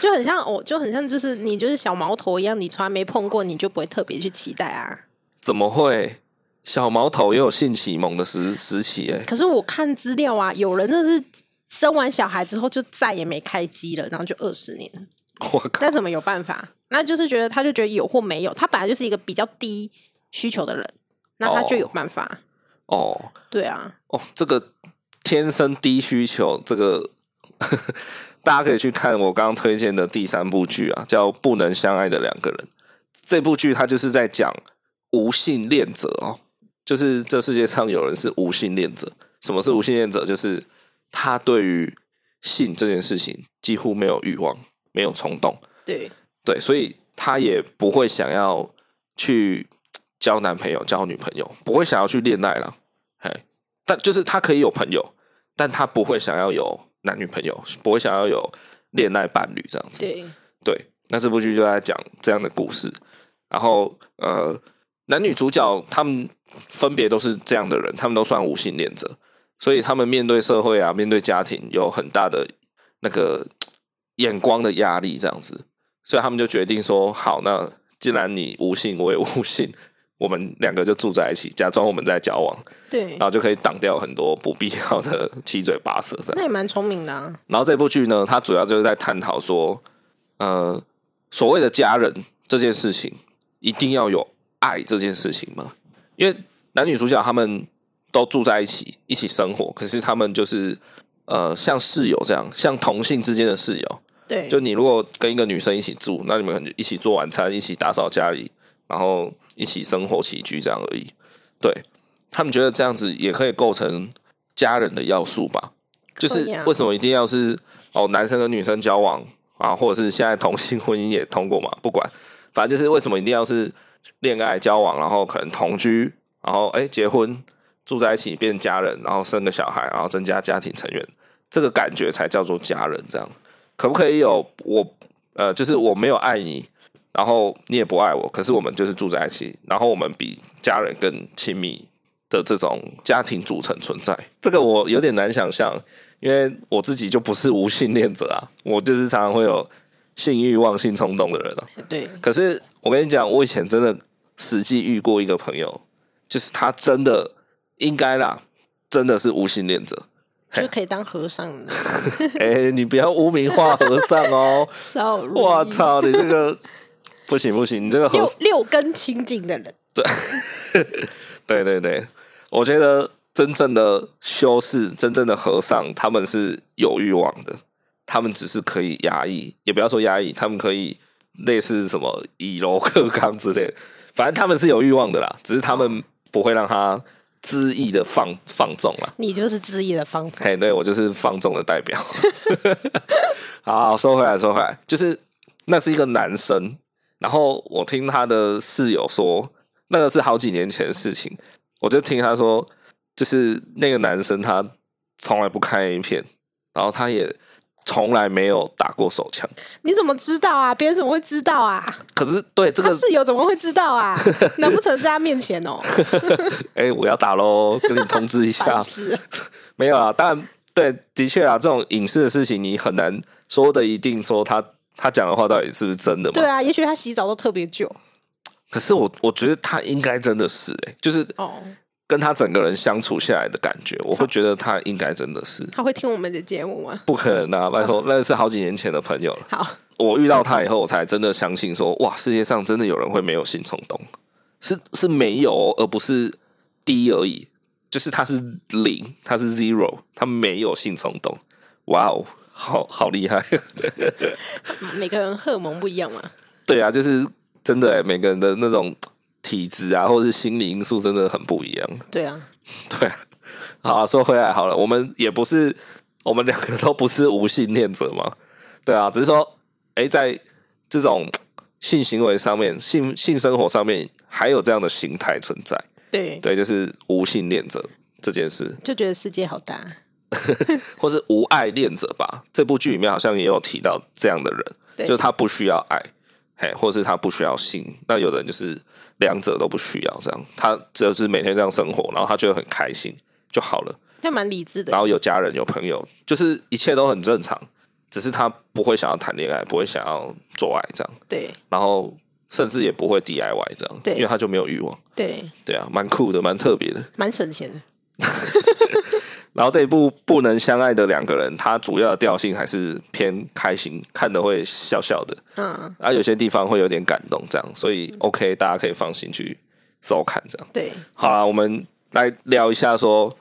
就很像我、就很像就是你就是小毛头一样，你从来没碰过，你就不会特别去期待啊。
怎么会？小毛头也有性启蒙的时时期哎、
可是我看资料啊，有人那是生完小孩之后就再也没开机了，然后就二十年了，
我靠，
那怎么有办法？那就是觉得他就觉得有或没有，他本来就是一个比较低需求的人，那他就有办法。
哦
对啊，
哦，这个天生低需求，这个 大家可以去看我刚刚推荐的第三部剧啊，叫《不能相爱的两个人》。这部剧它就是在讲无性恋者哦，就是这世界上有人是无性恋者。什么是无性恋者？就是他对于性这件事情几乎没有欲望，没有冲动。
对
对，所以她也不会想要去交男朋友、交女朋友，不会想要去恋爱了。哎，但就是她可以有朋友，但她不会想要有男女朋友，不会想要有恋爱伴侣这样子。
对
对，那这部剧就在讲这样的故事。然后呃，男女主角他们分别都是这样的人，他们都算无性恋者，所以他们面对社会啊，面对家庭有很大的那个眼光的压力，这样子，所以他们就决定说，好，那既然你无性，我也无性。我们两个就住在一起，假装我们在交往，
对
然，后就可以挡掉很多不必要的 七嘴八舌这样。
那也蛮聪明的、啊。
然后这部剧呢，它主要就是在探讨说，呃，所谓的家人这件事情，一定要有爱这件事情吗？因为男女主角他们都住在一起，一起生活，可是他们就是呃，像室友这样，像同性之间的室友。
对，
就你如果跟一个女生一起住，那你们可能就一起做晚餐，一起打扫家里，然后一起生活起居这样而已。对他们觉得这样子也可以构成家人的要素吧？就是
可以啊
为什么一定要是哦男生跟女生交往啊，或者是现在同性婚姻也通过嘛？不管，反正就是为什么一定要是恋爱交往，然后可能同居，然后哎、结婚住在一起变家人，然后生个小孩，然后增加家庭成员，这个感觉才叫做家人这样。可不可以有我呃，就是我没有爱你，然后你也不爱我，可是我们就是住在一起，然后我们比家人更亲密的这种家庭组成存在，这个我有点难想象，因为我自己就不是无性恋者啊，我就是常常会有性欲望、性冲动的人啊。
对
可是我跟你讲，我以前真的实际遇过一个朋友，就是他真的应该啦，真的是无性恋者。
就可以当和尚的。
哎、你不要污名化和尚哦。
Sorry，
我，操，你这个不行不行，你这个和
六六根清净的人，
对对对，我觉得真正的修士、真正的和尚，他们是有欲望的，他们只是可以压抑，也不要说压抑，他们可以类似什么以柔克刚之类的，反正他们是有欲望的啦，只是他们不会让他恣意的放放纵啊啦。
你就是恣意的方式。
嘿，对我就是放纵的代表。 好好，收回来，收回来，就是那是一个男生，然后我听他的室友说，那个是好几年前的事情，我就听他说，就是那个男生他从来不看 A 片，然后他也从来没有打过手枪，
你怎么知道啊？别人怎么会知道啊？
可是对这个
他，室友怎么会知道 啊？难不成在他面前哦？
哎、我要打喽，跟你通知一下
烦。死了！
没有啊，当然对，的确啊，这种隐私的事情你很难说的一定说他他讲的话到底是不是真的嘛
对？啊，也许他洗澡都特别久
可是我我觉得他应该真的是、欸，就是
哦，
跟他整个人相处下来的感觉，我会觉得他应该真的是
他会听我们的节目吗？
不可能啊！拜托，那是好几年前的朋友了。
好，
我遇到他以后，我才真的相信说，哇，世界上真的有人会没有性冲动，是是没有哦，而不是低而已，就是他是零，他是 zero，他没有性冲动。哇哦，好好厉害！
每个人荷尔蒙不一样嘛。
对啊，就是真的、欸，每个人的那种体质啊，或者是心理因素，真的很不一样。
对啊，
对，好，啊说回来好了，我们也不是，我们两个都不是无性恋者嘛，对啊，只是说，哎，在这种性行为上面、性性生活上面，还有这样的形态存在，
对，
对，就是无性恋者这件事，
就觉得世界好大。
或是无爱恋者吧。这部剧里面好像也有提到这样的人，
对
就是他不需要爱，嘿，或是他不需要性。那有的人就是两者都不需要，这样他就是每天这样生活，然后他觉得很开心就好了。
他蛮理智
然
的，
后有家人有朋友，就是一切都很正常，只是他不会想要谈恋爱，不会想要做爱这样，
对
然后甚至也不会 DIY 这样，
对
因为他就没有欲望，
对，
对啊，蛮酷的，蛮特别的。
蛮省钱的。
然后这一部《不能相爱的两个人》，它主要的调性还是偏开心，看的会笑笑的，
嗯，
啊，有些地方会有点感动这样，所以 OK，大家可以放心去收看这样。
对，
好啦，我们来聊一下说，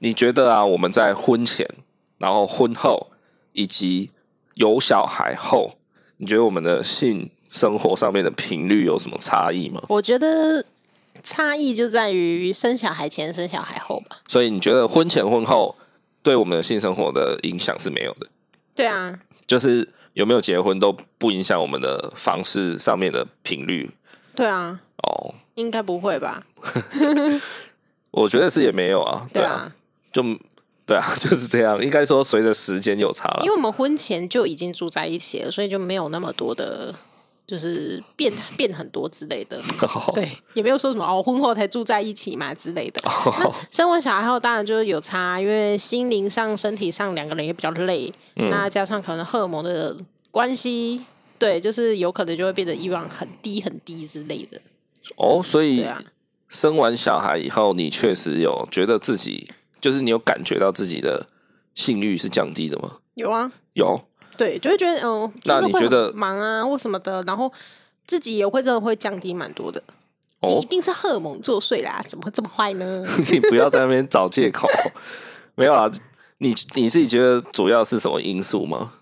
你觉得啊，我们在婚前、然后婚后以及有小孩后，你觉得我们的性生活上面的频率有什么差异吗？
我觉得差异就在于生小孩前、生小孩后吧。
所以你觉得婚前婚后对我们的性生活的影响是没有的，
对啊，
就是有没有结婚都不影响我们的房事上面的频率
对啊，
哦。
应该不会吧？
我觉得是也没有啊，对
对
啊，
啊，
就对啊， 就是这样。应该说随着时间有差了
因，为我们婚前就已经住在一起了，所以就没有那么多的，就是变变很多之类的。 对，也没有说什么哦，婚后才住在一起嘛之类的。
哦
生完小孩后，当然就是有差，因为心灵上、身体上两个人也比较累，
嗯
那加上可能荷尔蒙的关系，对，就是有可能就会变得欲望很低、很低之类的。
哦，所以
对啊，
生完小孩以后，你确实有觉得自己，就是你有感觉到自己的性欲是降低的吗？
有啊，
有，
对，就会觉得嗯，就
那
是
你
会
觉得
很忙啊或什么的，然后自己也会真的会降低蛮多的。
哦
一，定是荷尔蒙作祟啦，怎么会这么坏呢？
你不要在那边找借 口。没有啊，你你自己觉得主要是什么因素吗？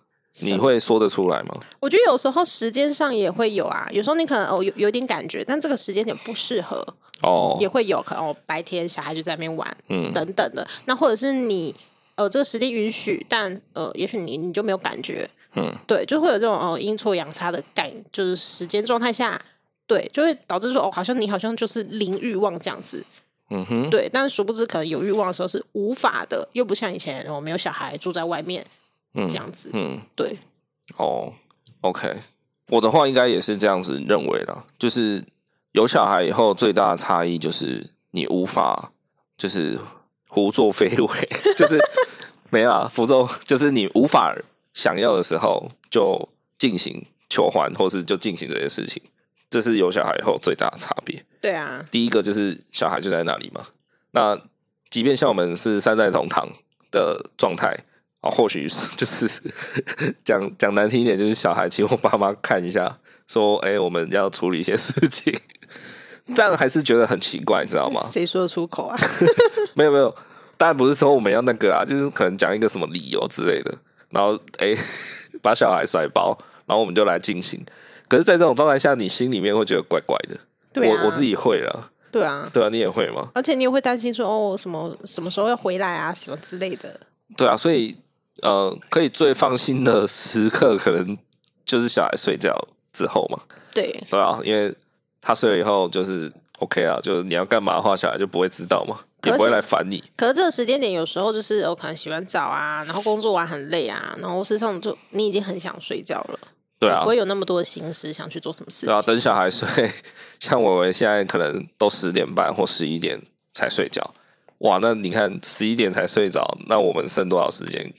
你会说得出来吗？
我觉得有时候时间上也会有啊，有时候你可能哦有有点感觉，但这个时间点不适合，
哦
也，会有可能哦白天小孩就在那边玩，
嗯，
等等的。那或者是你呃这个时间允许，但呃也许你你就没有感觉，
嗯，
对，就会有这种哦阴错阳差的概，就是时间状态下，对，就会导致说哦好像你好像就是零欲望这样子，
嗯哼，
对，但是殊不知可能有欲望的时候是无法的，又不像以前我、哦、没有小孩住在外面
嗯
这样子，
嗯，
对，
哦，OK，我的话应该也是这样子认为啦，就是有小孩以后最大的差异就是你无法就是胡作非为， 就是没啦，福州就是你无法想要的时候就进行求欢，或是就进行这件事情，这是有小孩以后最大的差别。
对啊，
第一个就是小孩就在那里嘛。那即便像我们是三代同堂的状态，啊，或许 是就是讲讲难听一点，就是小孩请我爸妈看一下，说，哎、我们要处理一些事情， 但还是觉得很奇怪，你知道吗？
谁说得出口啊？
没有没有，当然不是说我们要那个啊，就是可能讲一个什么理由之类的，然后哎、 把小孩甩包，然后我们就来进行。可是，在这种状态下，你心里面会觉得怪怪的。
对啊，
我我自己会了，
对啊，
对啊，你也会吗？
而且你也会担心说哦，什么什么时候要回来啊，什么之类的。
对啊，所以呃，可以最放心的时刻，可能就是小孩睡觉之后嘛。
对，
对啊，因为他睡了以后就是 OK 啊，就是你要干嘛的话，小孩就不会知道嘛，也
可
不会
是
来烦你。
可是这个时间点有时候就是哦我可能洗完澡啊，然后工作完很累啊，然后事实上就你已经很想睡觉了，
对
就
啊
不，会有那么多的心思想去做什么事
对啊，
情。
等小孩睡， 像我们现在可能都十点半或十一点才睡觉。哇，那你看十一点才睡着，那我们剩多少时间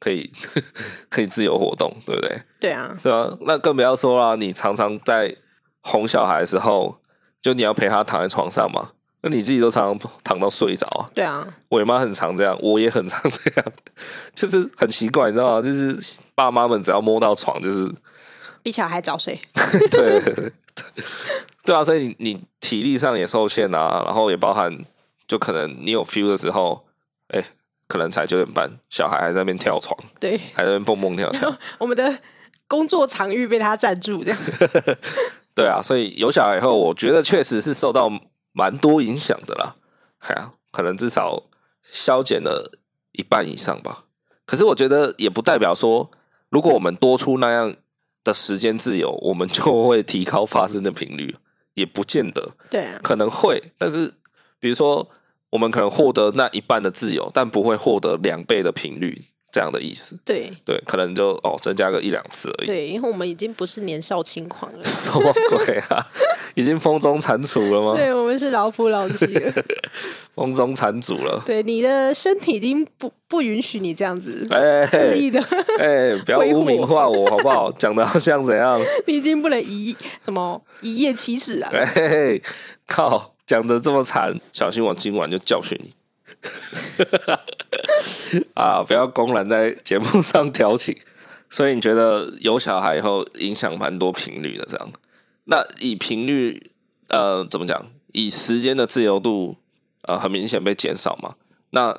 可以 可以自由活动，对不对？
对啊，
对啊，那更不要说啦，你常常在哄小孩的时候，就你要陪他躺在床上嘛，那你自己都常常躺到睡着啊。
对啊，
我妈很常这样，我也很常这样， 就是很奇怪，你知道吗？就是爸妈们只要摸到床，就是
比小孩早睡。
对对 对对啊，所以你你体力上也受限啊，然后也包含就可能你有 feel 的时候，哎、可能才九点半，小孩还在那边跳床，
对，
还在那边蹦蹦跳跳，
我们的工作场域被他占住，这样
对啊，所以有小孩以后，我觉得确实是受到蛮多影响的啦。哎呀、可能至少消减了一半以上吧。可是我觉得也不代表说，如果我们多出那样的时间自由，我们就会提高发生的频率，也不见得，
对啊，
可能会。但是比如说，我们可能获得那一半的自由，但不会获得两倍的频率，这样的意思。
对
对，可能就哦增加个一两次而已。，
对，因为我们已经不是年少轻狂了
什么鬼啊？ 已经风中残烛了吗？
对我们是老夫老妻了。
风中残烛 了。
对，你的身体已经不不允许你这样子
哎
肆意的，
哎、不要
挥霍
污名化我好不好？讲的好像怎样？
你已经不能一什么一夜七尺啊！
哎、靠，讲的这么惨，小心我今晚就教训你。 啊，不要公然在节目上挑起。所以你觉得有小孩以后影响蛮多频率的，这样？那以频率，呃，怎么讲？以时间的自由度，呃，很明显被减少嘛。那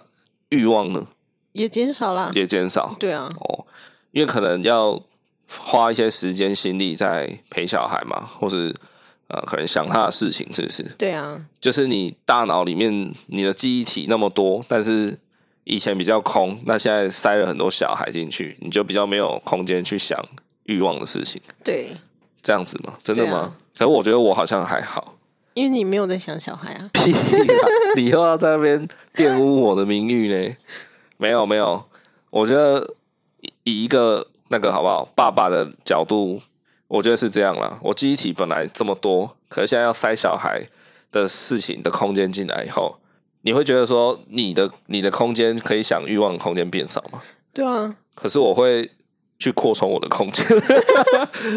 欲望呢，
也减少啦。
也减少。
对啊，
哦，因为可能要花一些时间心力在陪小孩嘛，或是呃，可能想他的事情，是不是？
对啊，
就是你大脑里面你的记忆体那么多，但是以前比较空，那现在塞了很多小孩进去，你就比较没有空间去想欲望的事情，
对，
这样子吗？真的
对啊
吗？可是我觉得我好像还好。
因为你没有在想小孩啊。
屁啦！你又要在那边玷污我的名誉呢？没有没有，我觉得以以一个那个好不好爸爸的角度，我觉得是这样啦。我记忆体本来这么多，可是现在要塞小孩的事情的空间进来以后，你会觉得说你的你的空间可以想欲望的空间变少吗？
对啊，
可是我会去扩充我的空间，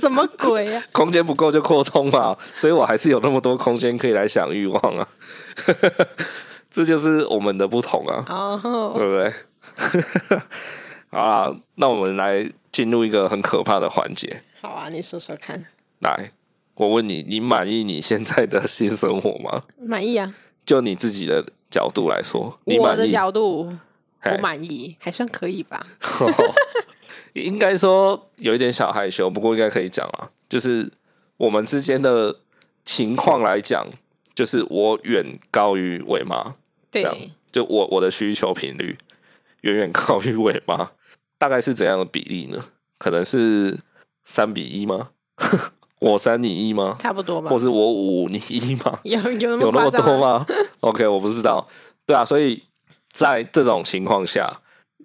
什么鬼 啊？
空间不够就扩充嘛，所以我还是有那么多空间可以来想欲望啊。 这就是我们的不同啊，
哦，
对不对？ 好啦，那我们来进入一个很可怕的环节。
好啊，你说说看，
来，我问你，你满意你现在的新生活吗？
满意啊？
就你自己的角度来说，你
我
满
的
意？
角度，
嘿
我满意，还算可以吧？
应该说有一点小害羞，不过应该可以讲啊。就是我们之间的情况来讲，就是我远高于伟妈，这样
对，
就我我的需求频率远远高于伟妈，大概是怎样的比例呢？可能是三比一吗？ 我三你一吗？
差不多吧
或。是我五你一吗？
有有那
有那
么夸
么多
张啊吗？
吗 ？OK，我不知道。对啊，所以在这种情况下，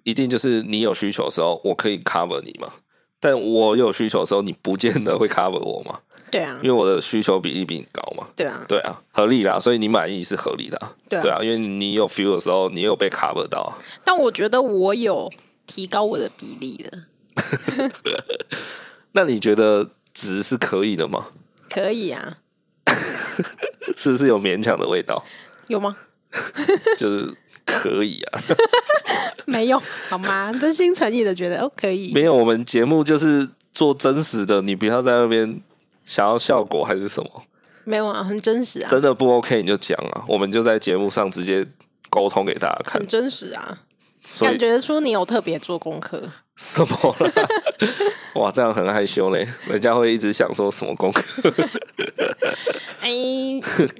一定就是你有需求的时候，我可以 cover 你嘛。但我有需求的时候，你不见得会 cover 我嘛，
对啊
因，为我的需求比例比你高嘛。
对啊，
对啊，合理啦，所以你满意是合理的、啊。
对啊
对啊，因为你有 feel 的时候，你有被 cover 到啊、
但我觉得我有提高我的比例了，
那你觉得值是可以的吗？
可以啊？
是不是有勉强的味 道？
有吗？
就是可以啊。
没有，好吗？真心诚意的觉得哦，可以。
没有，我们节目就是做真实的，你不要在那边想要效果还是什么，
没有啊，很真实啊，
真的不 OK 你就讲啊，我们就在节目上直接沟通给大家看
很，真实啊。
所
嗯感
以
觉得出你有特别做功课。
什么 啦？哇，这样很害羞嘞，人家会一直想说什么功课，
哎，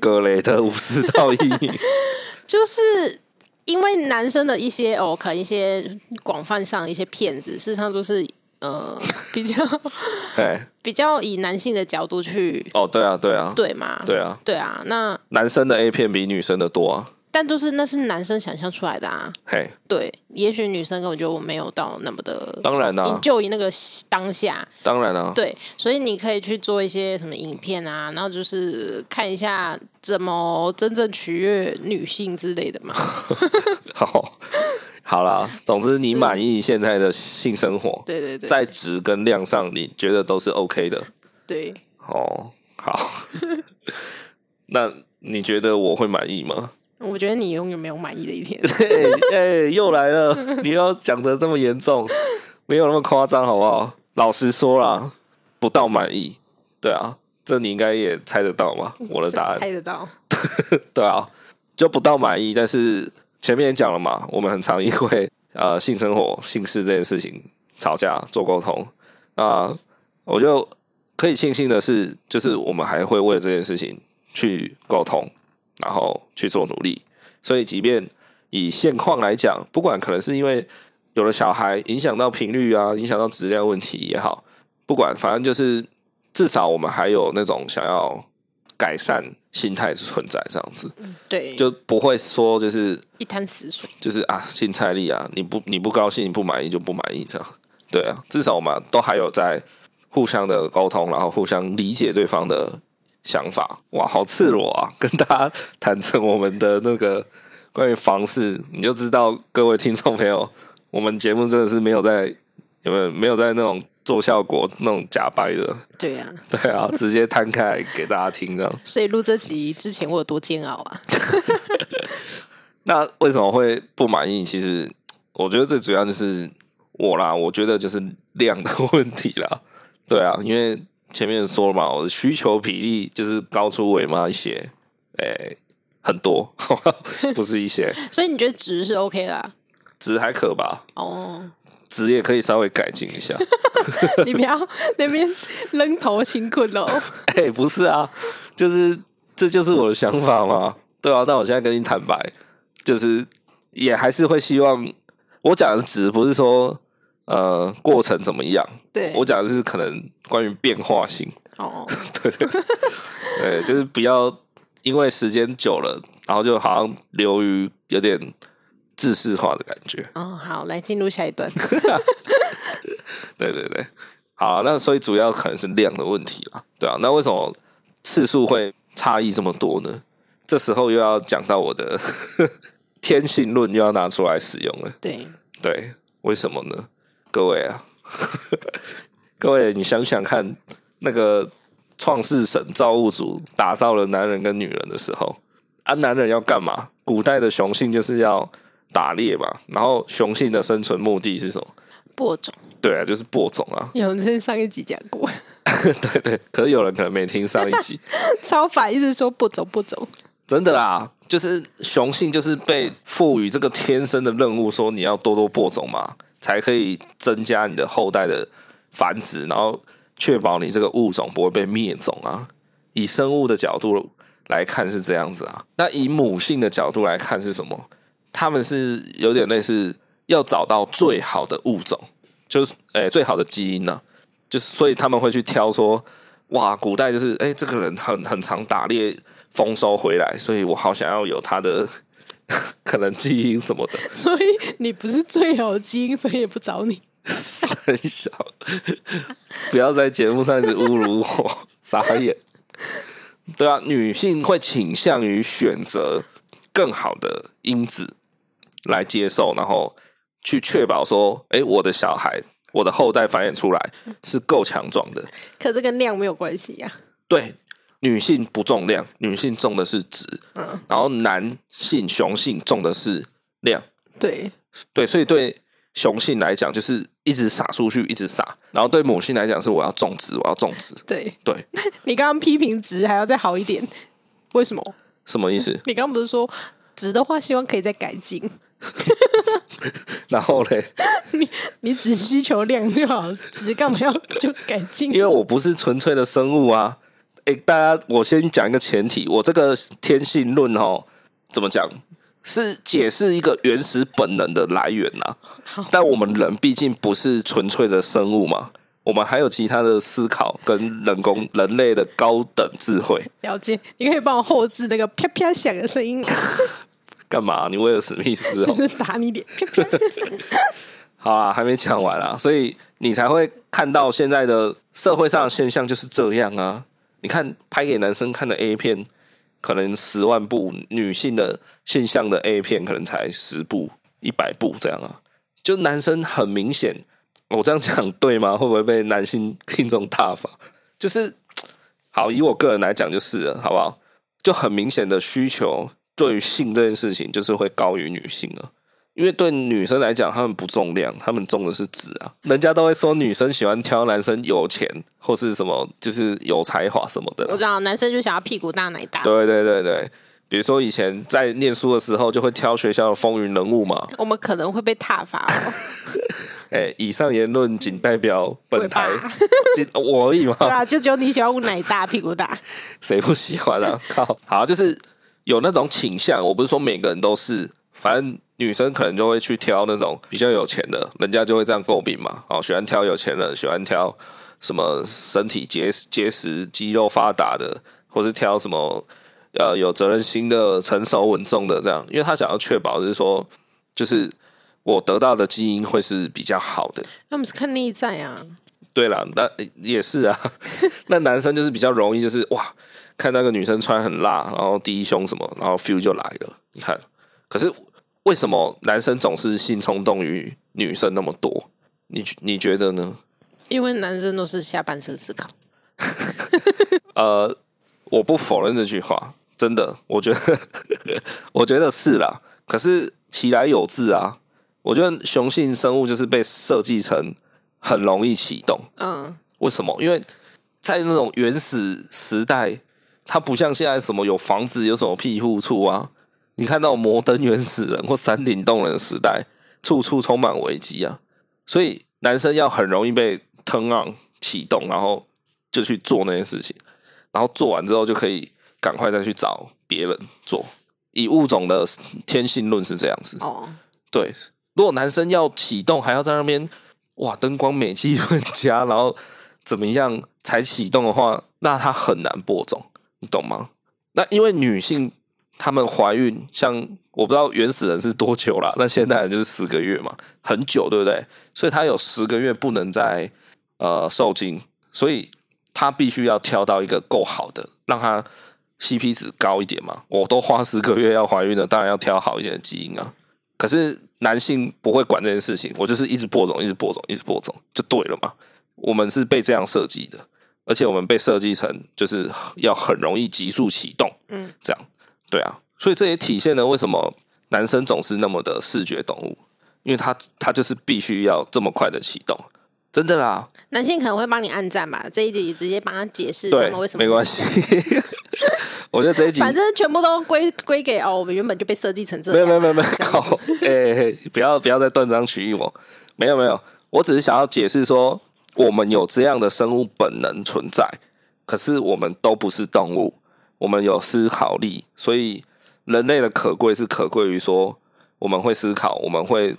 格雷的五十道 阴影。
就是因为男生的一些哦，可能一些广泛上的一些骗子，事实上都是呃 比较
哎，
比较以男性的角度去
哦，对啊，对啊，
对嘛，
对啊，
对啊，那
男生的 A 片比女生的多啊。
但就是那是男生想象出来的啊，
嘿，
对，也许女生根本就没有到那么的。
当然啦、啊
你就以那个当下，
当然啦、啊，
对，所以你可以去做一些什么影片啊，然后就是看一下怎么真正取悦女性之类的嘛。
好，好啦，总之你满意现在的性生活，
对对对，
在值跟量上，你觉得都是 OK 的。
对，
哦，好， 那你觉得我会满意吗？
我觉得你永远没有满意的一天。
哎、 哎又来了，你要讲的这么严重，没有那么夸张，好不好？老实说啦，不到满意，对啊，这你应该也猜得到吧？ 我的答案，
猜得到，
对啊，就不到满意，但是前面也讲了嘛，我们很常因为呃性生活、性事这件事情吵架、做沟通。那我就可以庆幸的是，就是我们还会为了这件事情去沟通，然后去做努力。所以，即便以现况来讲，不管可能是因为有了小孩影响到频率啊，影响到质量问题也好，不管反正就是至少我们还有那种想要改善心态存在这样子。
对，
就不会说就是
一滩死水。
就是啊，性蔡力啊，你不你不高兴，你不满意就不满意这样。对啊，至少我们都还有在互相的沟通，然后互相理解对方的想法。哇，好赤裸啊！跟大家坦诚我们的那个关于房事，你就知道各位听众朋友，我们节目真的是没有在有没有没有在那种做效果那种假掰的，
对啊，
对啊，直接摊开来给大家听这样。
所以录这集之前我有多煎熬啊！
那为什么会不满意？其实我觉得最主要就是我啦，我觉得就是量的 问题啦。对啊，因为前面说了嘛，我的需求比例就是高出尾妈一些，诶、很多， 不是一些，
所以你觉得值是 OK 啦？
值还可吧，
哦，
值也可以稍微改进一下。
你不要那边扔头轻困哦。
哎、不是啊，就是这就是我的想法嘛，对啊。但我现在跟你坦白，就是也还是会希望我讲的值不是说呃过程怎么样，
对，
我讲的是可能关于变化性，
哦，
对对对对，就是不要因为时间久了，然后就好像流于有点制式化的感觉。
哦，好，来进入下一段。
对对对，好，那所以主要可能是量的问题啦，对啊，那为什么次数会差异这么多呢？这时候又要讲到我的 天性论又要拿出来使用了，
对，
对，为什么呢？各位啊， 各位，你想想看，那个创世神造物主打造了男人跟女人的时候，啊，男人要干嘛？古代的雄性就是要打猎嘛，然后雄性的生存目的是什么？
播种，
对啊，就是播种啊。
有人上一集讲过，
对对，可是有人可能没听上一集，
超凡一直说不走不走。
真的啦，就是雄性就是被赋予这个天生的任务，说你要多多播种嘛，才可以增加你的后代的繁殖，然后确保你这个物种不会被灭种啊。以生物的角度来看是这样子啊，那以母性的角度来看是什么？他们是有点类似要找到最好的物种，就是诶、最好的基因呢、啊就是所以他们会去挑说，哇，古代就是诶、这个人很很常打猎，丰收回来，所以我好想要有他的 可能基因什么的，
所以你不是最好的基因，所以也不找你。
很小，不要在节目上一直侮辱我，傻眼。对啊，女性会倾向于选择更好的因子来接受，然后去确保说，哎、我的小孩，我的后代繁衍出来是够强壮的。
可这跟量没有关系啊呀、
对，女性不重量，女性重的是质，
嗯，
然后男性雄性重的是量。
对，
对，所以对雄性来讲，就是一直撒出去，一直撒；然后对母性来讲，是我要种植，我要种植。
对
对，
你刚刚批评值还要再好一点，为什么？
什么意思？
你刚刚不是说值的话，希望可以再改进？
然后嘞，
你你只需求量就好，值干嘛要就改进？
因为我不是纯粹的生物啊。诶、大家，我先讲一个前提，我这个天性论哦，怎么讲？是解释一个原始本能的来源啊呐、
好
但我们人毕竟不是纯粹的生物嘛，我们还有其他的思考跟人工人类的高等智慧。
了解，你可以帮我后置那个啪啪响的声音，啊
干嘛？你威尔史密斯
就
哦？
是打你脸，啪啪。
好啊，还没讲完啊，所以你才会看到现在的社会上的现象就是这样啊。你看拍给男生看的 A 片，可能十万部；女性的现象的 A 片可能才十部、一百部这样啊。就男生很明显，哦我这样讲对吗？会不会被男性听众大法？就是好，以我个人来讲就是了，好不好？就很明显的需求对于性这件事情，就是会高于女性了。因为对女生来讲，她们不重量，她们重的是质啊。人家都会说女生喜欢挑男生有钱或是什么，就是有才华什么的啦。
我知道，男生就想要屁股大奶大。
对对对对，比如说以前在念书的时候，就会挑学校的风云人物嘛。
我们可能会被踏伐哦，
哎、以上言论仅代表本台
尾巴，
仅我而已嘛
对，啊，就只有你喜欢我奶大屁股 大，
谁不喜欢啊？ 靠，好，就是有那种倾向，我不是说每个人都是，反正女生可能就会去挑那种比较有钱的，人家就会这样诟病嘛。哦，喜欢挑有钱人，喜欢挑什么身体结实结实、肌肉发达的，或是挑什么呃有责任心的、成熟稳重的这样，因为他想要确保就是说，就是我得到的基因会是比较好的。
他们是看内在啊。
对啦，那也是啊。那男生就是比较容易，就是哇，看那个女生穿很辣，然后低胸什么，然后 feel 就来了。你看，可是为什么男生总是性冲动于女生那么多？你你觉得呢？
因为男生都是下半身思考，
呃，我不否认这句话，真的，我觉得我觉得是啦。可是其来有自啊，我觉得雄性生物就是被设计成很容易启动。
嗯，
为什么？因为在那种原始时代，它不像现在什么有房子有什么庇护处啊。你看到摩登原始人或山顶洞人的时代，处处充满危机啊。所以男生要很容易被 turn on 启动，然后就去做那些事情，然后做完之后就可以赶快再去找别人做。以物种的天性论是这样子，
哦，
对，如果男生要启动，还要在那边哇灯光美气氛佳，然后怎么样才启动的话，那他很难播种，你懂吗？那因为女性她们怀孕，像我不知道原始人是多久啦，那现代人就是十个月嘛，很久，对不对？所以她有十个月不能再呃受精，所以她必须要挑到一个够好的，让她 CP 值高一点嘛。我都花十个月要怀孕了，当然要挑好一点的基因啊。可是男性不会管这件事情，我就是一直播种，一直播种，一直播种，就对了嘛。我们是被这样设计的，而且我们被设计成就是要很容易急速启动，
嗯，
这样，对啊，所以这也体现了为什么男生总是那么的视觉动物，因为他他就是必须要这么快的启动，真的啦，
男性可能会帮你按赞吧，这一集直接帮他解释他
对
们为，什么
没关系， 我觉得这一集
反正全部都归归给哦，我们原本就被设计成这
没有
样。
没有没有没有，靠！ 哎、欸，不要不要再断章取义我。没有没有，我只是想要解释说，我们有这样的生物本能存在，可是我们都不是动物，我们有思考力，所以人类的可贵是可贵于说我们会思考，我们会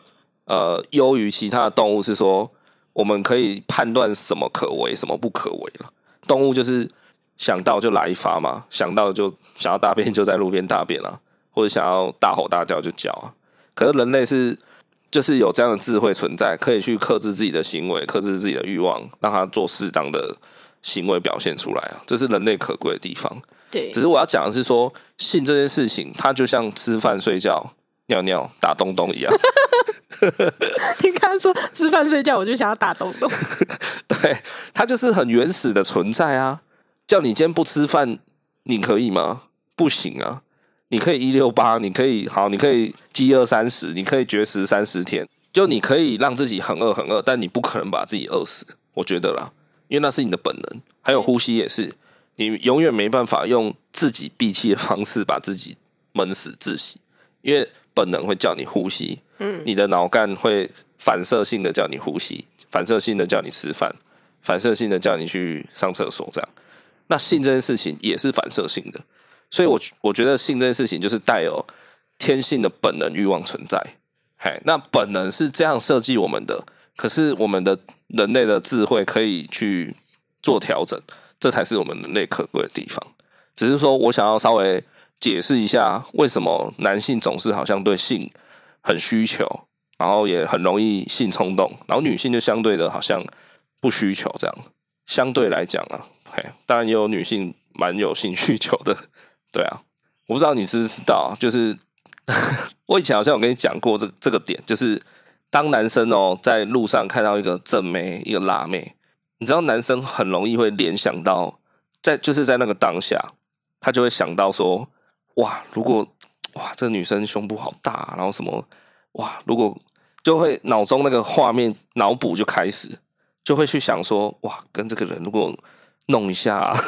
呃优于其他的动物，是说我们可以判断什么可为，什么不可为了。动物就是想到就来一发嘛，想到就想要大便就在路边大便啊。或者想要大吼大叫就叫啊。可是人类是就是有这样的智慧存在，可以去克制自己的行为，克制自己的欲望，让他做适当的行为表现出来啊。这是人类可贵的地方。
对
只，是我要讲的是说，性这件事情，它就像吃饭、睡觉、尿尿、打东东一样。
你刚刚说吃饭睡觉，我就想要打东 东。
对，它就是很原始的存在啊。叫你今天不吃饭，你可以吗？不行啊。你可以一六八，你可以好，你可以饥饿三十，你可以绝食三十天，就你可以让自己很饿很饿，但你不可能把自己饿死，我觉得啦，因为那是你的本能。还有呼吸也是，你永远没办法用自己闭气的方式把自己闷死窒息，因为本能会叫你呼吸，
嗯，
你的脑干会反射性的叫你呼吸，反射性的叫你吃饭，反射性的叫你去上厕所，这样。那性这件事情也是反射性的，所以我我觉得性这件事情就是带有天性的本能欲望存在。嘿，那本能是这样设计我们的，可是我们的人类的智慧可以去做调整，这才是我们人类可贵的地方。只是说我想要稍微解释一下，为什么男性总是好像对性很需求，然后也很容易性冲动，然后女性就相对的好像不需求这样。相对来讲啊，嘿，当然也有女性蛮有性需求的， 对啊。我不知道你知不知道，啊就是我以前好像有跟你讲过这这个点，就是当男生哦在路上看到一个正妹、一个辣妹，你知道男生很容易会联想到，在就是在那个当下，他就会想到说，哇，如果哇这女生胸部好大啊、然后什么哇，如果就会脑中那个画面脑补就开始，就会去想说，哇，跟这个人如果弄一下、啊，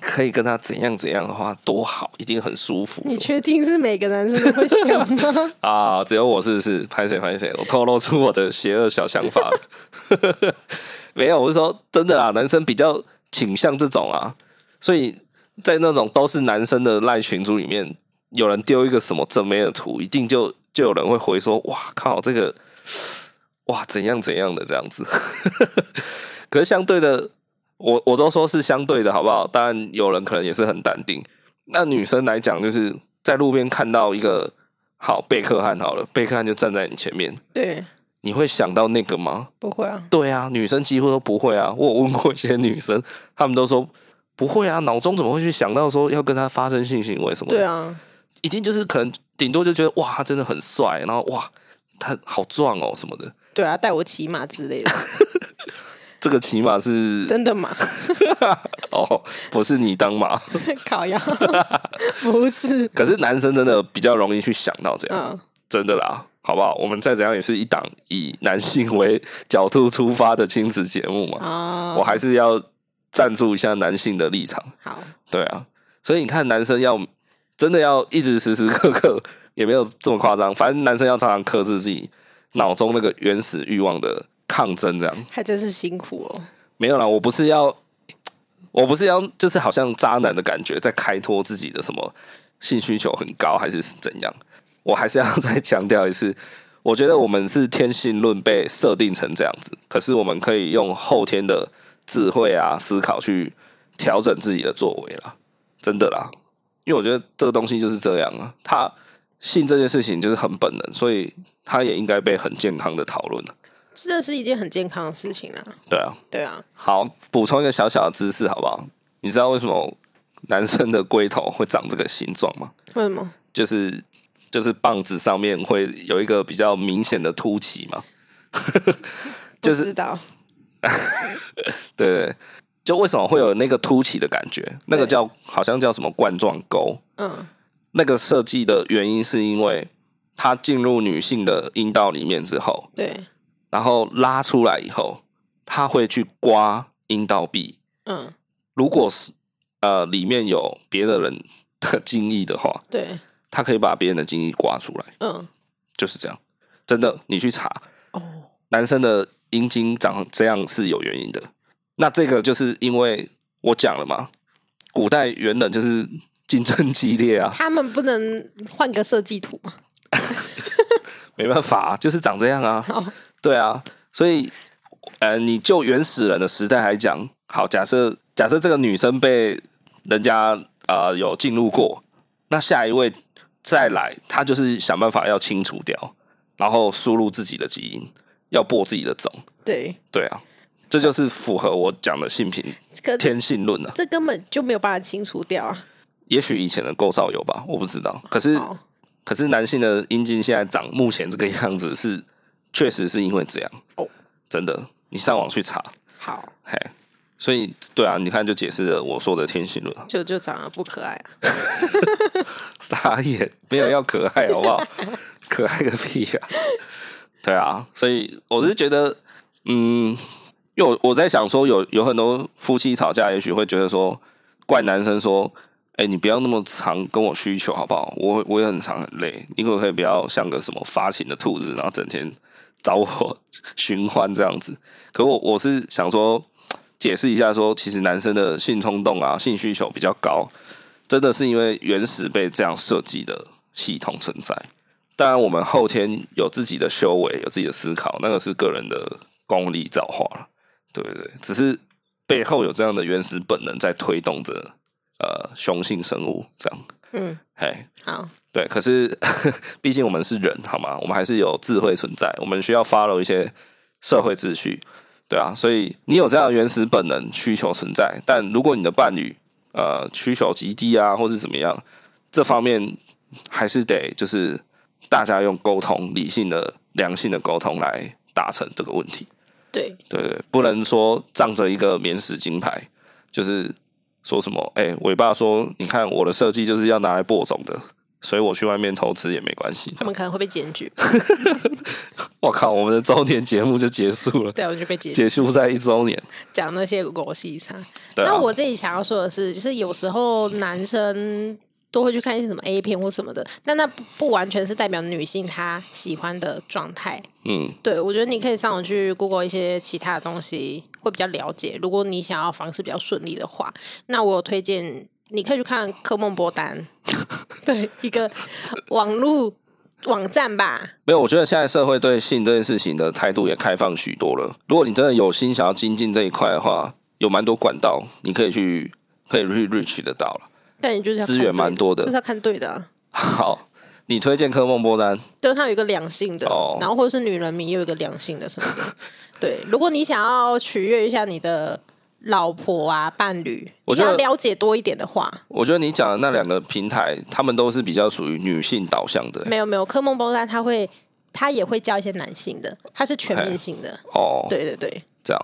可以跟他怎样怎样的话，多好，一定很舒服。
你确定是每个男生都会想 吗？
啊，只有我是不是拍谁拍谁，我透露出我的邪恶小想法 了。没有，我是说真的啦，男生比较倾向这种啊，所以在那种都是男生的赖群组里面，有人丢一个什么正妹的图，一定就就有人会回说：“哇靠，这个哇怎样怎样的这样子。” 可是相对的，我我都说是相对的，好不好？当然有人可能也是很淡定。那女生来讲，就是在路边看到一个好贝克汉好了，贝克汉就站在你前面，
对，
你会想到那个吗？
不会啊，
对啊，女生几乎都不会啊。我有问过一些女生，她们都说不会啊，脑中怎么会去想到说要跟他发生性行为什么的？
对啊，
一定就是可能顶多就觉得哇，他真的很帅，然后哇，他好壮哦什么的。
对啊，带我骑马 之类的，
这个起码是
真 的吗？
哦，不是你当马，
烤鸭不 是，
可是男生真的比较容易去想到这样。
嗯，
真的啦，好不好？我们再怎样也是一档以男性为角度出发的亲子节目嘛，
啊，
我还是要站住一下男性的立场。
好，
对啊，所以你看，男生要真的要一直时时刻刻，也没有这么夸张，反正男生要常常克制自己脑中那个原始欲望的抗争，这样
还真是辛苦哦。
没有啦，我不是要，我不是要，就是好像渣男的感觉，在开拓自己的什么性需求很高，还是怎样？我还是要再强调一次， 我觉得我们是天性论被设定成这样子，可是我们可以用后天的智慧啊、思考去调整自己的作为啦，真的啦，因为我觉得这个东西就是这样啊，它性这件事情就是很本能，所以它也应该被很健康的讨论啊
这是一件很健康的事情啊，
对啊，
对啊，
好，补充一个小小的知识，好不好？你知道为什么男生的龟头会长这个形状吗？
为什么？
就是就是棒子上面会有一个比较明显的凸起嘛。 就是
不知道，
对对对，就为什么会有那个凸起的感觉？那个叫好像叫什么冠状沟。
嗯，
那个设计的原因是因为它进入女性的阴道里面之后，
对，
然后拉出来以后，它会去刮阴道壁，
嗯，
如果是呃里面有别的人的精液的话，
对，
他可以把别人的精液刮出来，
嗯，
就是这样。真的，你去查
哦，
男生的阴茎长这样是有原因的。那这个就是因为我讲了嘛，古代猿人就是竞争激烈啊，
他们不能换个设计图吗？
没办法、啊，就是长这样啊。对啊，所以呃，你就原始人的时代来讲，好，假设假设这个女生被人家呃有进入过，那下一位再来，她就是想办法要清除掉，然后输入自己的基因，要播自己的种。
对，
对啊，这就是符合我讲的性平
这个
天性论啊。
这根本就没有办法清除掉啊。
也许以前的构造有吧，我不知道。可是
哦，
可是男性的阴茎现在长目前这个样子是，确实是因为这样。
哦，
真的，你上网去查，
好，
嘿，所以对啊，你看就解释了我说的天性论啊，
就就长得不可爱啊。
傻眼，没有要可爱好不好？可爱个屁呀、对啊，所以我是觉得，嗯，因为我我在想说有有很多夫妻吵架，也许会觉得说怪男生说哎、你不要那么常跟我需求好不好？我我也很常很累，你可不可以不要像个什么发情的兔子，然后整天找我 寻欢这样子？可我我是想说，解释一下说，其实男生的性冲动啊、性需求比较高，真的是因为原始被这样设计的系统存在。当然，我们后天有自己的修为，有自己的思考，那个是个人的功力造化了。对对对，只是背后有这样的原始本能在推动着呃雄性生物这样。
嗯，
嘿，
好，
对，可是毕竟我们是人，好吗？我们还是有智慧存在，我们需要 follow 一些社会秩序，对啊。所以你有这样的原始本能需求存在，但如果你的伴侣呃需求极低啊，或是怎么样，这方面还是得就是大家用沟通、理性的、良性的沟通来达成这个问题。
对，
对对，不能说仗着一个免死金牌，就是说什么，哎、尾巴说，你看我的设计就是要拿来播种的，所以我去外面偷吃也没关系
他。们可能会被检举，
我靠，我们的周年节目就结束了，
对，我就被检举，
结束在一周年。
讲那些狗戏啥。
对、啊，
那我自己想要说的是，就是有时候男生都会去看一些什么 A 片或什么的，那那不不完全是代表女性她喜欢的状态。
嗯，
对，我觉得你可以上网去 Google 一些其他的东西，会比较了解。如果你想要房事比较顺利的话，那我有推荐你可以去看科梦波丹，对，一个网络网站吧。
没有，我觉得现在社会对性这件事情的态度也开放许多了。如果你真的有心想要精进这一块的话，有蛮多管道你可以去可以去 reach 得到了。
但你就是要
资
看
源
对
蛮多的
就是要看对的啊、
好，你推荐科梦波丹，
对，它有一个良性的，
哦
然后或者是女人迷也有一个良性的什么的。对，如果你想要取悦一下你的老婆啊、伴侣，
我
你
觉得
要了解多一点的话，
我觉得你讲的那两个平台，他们都是比较属于女性导向的、
没有没有，科梦波丹它会，它也会教一些男性的，它是全面性的。
哦。
对对对，
这样，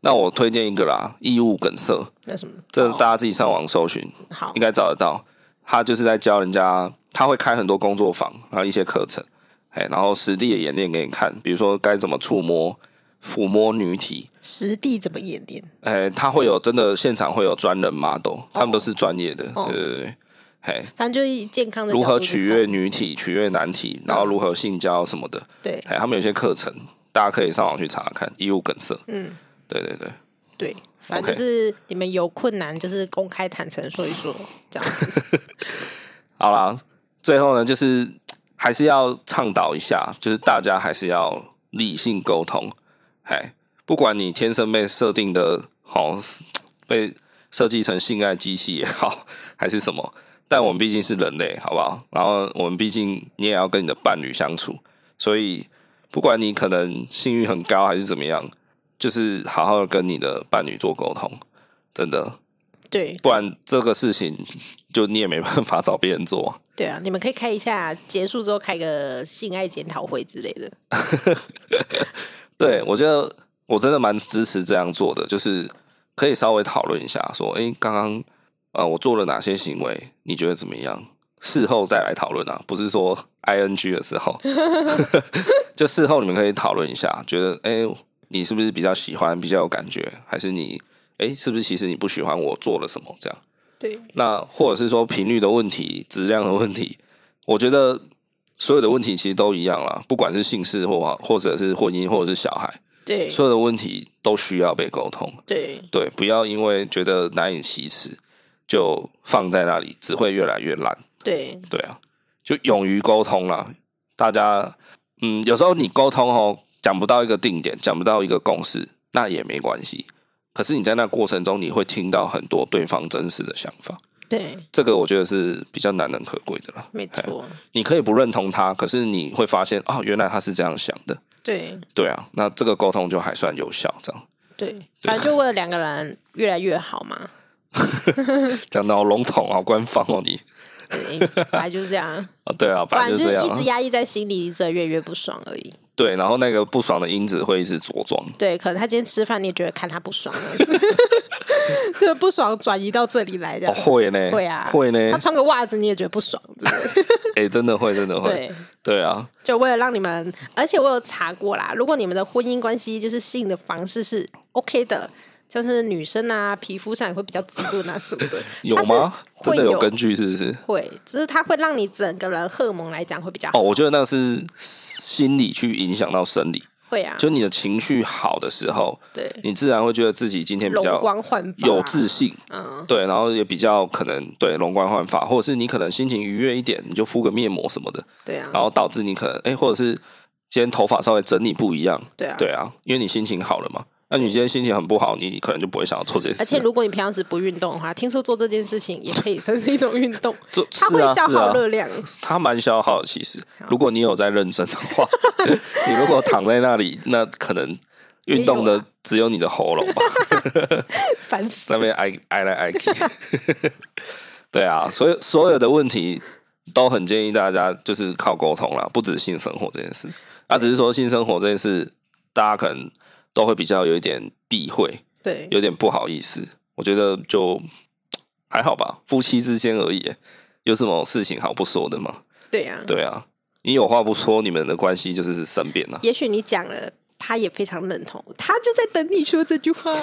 那我推荐一个啦，《义务梗塞》，
那什么，
这是大家自己上网搜寻，
好
应，该找得到。他就是在教人家，他会开很多工作坊，还有一些课程，哎，然后实地的演练给你看，比如说该怎么触摸、抚摸女体，
实地怎么演练？
哎，他会有真的现场会有专人 model，他们都是专业的，
哦
对对对，哎，
反正就是以健康的
如
角
何
度去
取
看嗯
悦？女体、取悦男体，然后如何性交什么的，
对，
哎，他们有些课程，大家可以上网去查看《义务梗塞》。
嗯，
对对对，
对，反正
OK
就是你们有困难，就是公开坦诚说一说，这样子。
好啦，最后呢，就是还是要倡导一下，就是大家还是要理性沟通。哎，不管你天生被设定的，好、被设计成性爱机器也好， 还是什么，但我们毕竟是人类，好不好？然后我们毕竟你也要跟你的伴侣相处，所以不管你可能性欲很高还是怎么样，就是好好的跟你的伴侣做沟通，真的，
对
不然这个事情就你也没办法找别人做啊、
对啊，你们可以开一下，结束之后开个性爱检讨会之类的。
对，我觉得我真的蛮支持这样做的，就是可以稍微讨论一下，说，诶，刚刚呃我做了哪些行为，你觉得怎么样？事后再来讨论啊，不是说 I N G 的时候，就事后你们可以讨论一下，觉得，诶，你是不是比较喜欢，比较有感觉，还是你，诶，是不是其实你不喜欢我做了什么这样？
对，
那或者是说频率的问题、质量的问题，我觉得所有的问题其实都一样啦，不管是姓氏或或者是婚姻或者是小孩，
对，
所有的问题都需要被沟通。
对，
对，不要因为觉得难以启齿就放在那里，只会越来越烂。
对，
对啊，就勇于沟通啦。大家，嗯，有时候你沟通哦，讲不到一个定点，讲不到一个共识，那也没关系。可是你在那过程中，你会听到很多对方真实的想法。
对，
这个我觉得是比较难能可贵的啦。
没错，
你可以不认同他，可是你会发现哦，原来他是这样想的。
对，
对啊，那这个沟通就还算有效。这样
对，反正就为了两个人越来越好嘛。
讲到笼统，好官方哦，你
对，本来就是这样，
啊，对啊，
不
反
然
正
就
就这样
是一直
啊。
压抑在心里，只会越来越不爽而已。
对，然后那个不爽的因子会一直着装。
对，可能他今天吃饭，你也觉得看他不爽这样子，就 是不爽转移到这里来这
哦，
样。
会呢，
会啊，
会呢，
他穿个袜子你也觉得不爽，之类的
哎、真的会，真的会，
对，
对啊，
就为了让你们，而且我有查过啦，如果你们的婚姻关系就是性的方式是 OK 的，像是女生啊，皮肤上也会比较滋润啊什么的，
有
它是
吗？真
会
的有
有
根据是不是？
会，只是它会让你整个人荷尔蒙来讲会比较好，
哦，我觉得那是心理去影响到生理，
会啊，
就你的情绪好的时候，
对，
你自然会觉得自己今天比
嗯容
较
光焕发，啊
有自，信，
嗯，
对，然后也比较可能对容光焕发，或者是你可能心情愉悦一点，你就敷个面膜什么的，
对啊
然，后导致你可能哎、或者是今天头发稍微整理不一样，
对啊，
对啊，因为你心情好了嘛。那你今天心情很不好，你可能就不会想要做这些事。
而且如果你平常时不运动的话，听说做这件事情也可以算是一种运动，
这
它
是
会
啊
消
是啊
耗，热量，
它蛮消耗的。其实，如果你有在认真的 话，你如果躺在那里，那可能运动
也有啊
的只有你的喉 咙吧，啊
烦死
在那边挨挨来挨去。对啊，所以所有的问题都很建议大家就是靠沟通啦，不止性生活这件事。那、只是说性生活这件事，大家可能都会比较有一点避讳，
对，
有点不好意思。我觉得就还好吧，夫妻之间而已，有什么事情好不说的吗？
对啊，
对啊，你有话不说，你们的关系就是啊生变 了、
也许你讲了，他也非常认同，他就在等你说这句话、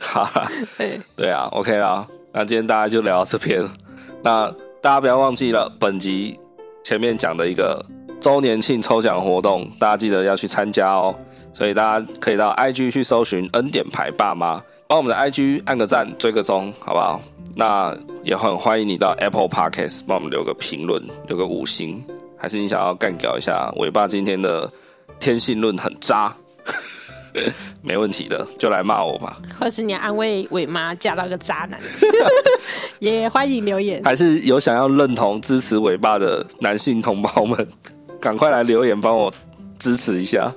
哈哈，
对，
对啊，OK 啦，那今天大家就聊到这边。 那大家不要忘记了，本集前面讲的一个周年庆抽奖活动，大家记得要去参加哦。所以大家可以到 IG 去搜寻“恩典牌爸妈”，帮我们的 IG 按个赞、追个踪，好不好？那也很欢迎你到 Apple Podcast 帮我们留个评论、留个五星，还是你想要干搞一下尾巴今天的天性论很渣， 没问题的，就来骂我吧。
或是你安慰伟妈嫁到个渣男， 也欢迎留言。
还是有想要认同支持伟爸的男性同胞们，赶快来留言帮我支持一下，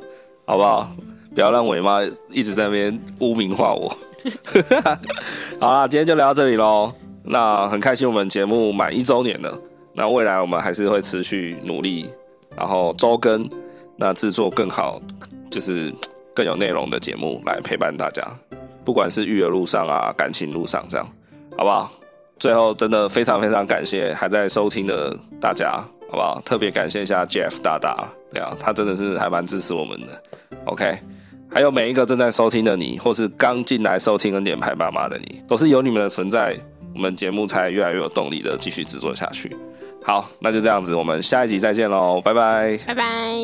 好不好？不要让伟妈一直在那边污名化我。 好啦，今天就聊到这里喽。那很开心我们节目满一周年了，那未来我们还是会持续努力，然后周更，那制作更好，就是更有内容的节目来陪伴大家，不管是育儿路上啊，感情路上这样，好不好？最后真的非常非常感谢还在收听的大家，好不好？特别感谢一下 Jeff 大大，对啊，他真的是还蛮支持我们的。OK，还有每一个正在收听的你，或是刚进来收听《恩典牌爸妈》的你，都是有你们的存在，我们节目才越来越有动力的继续制作下去。好，那就这样子，我们下一集再见喽，拜拜。
拜拜。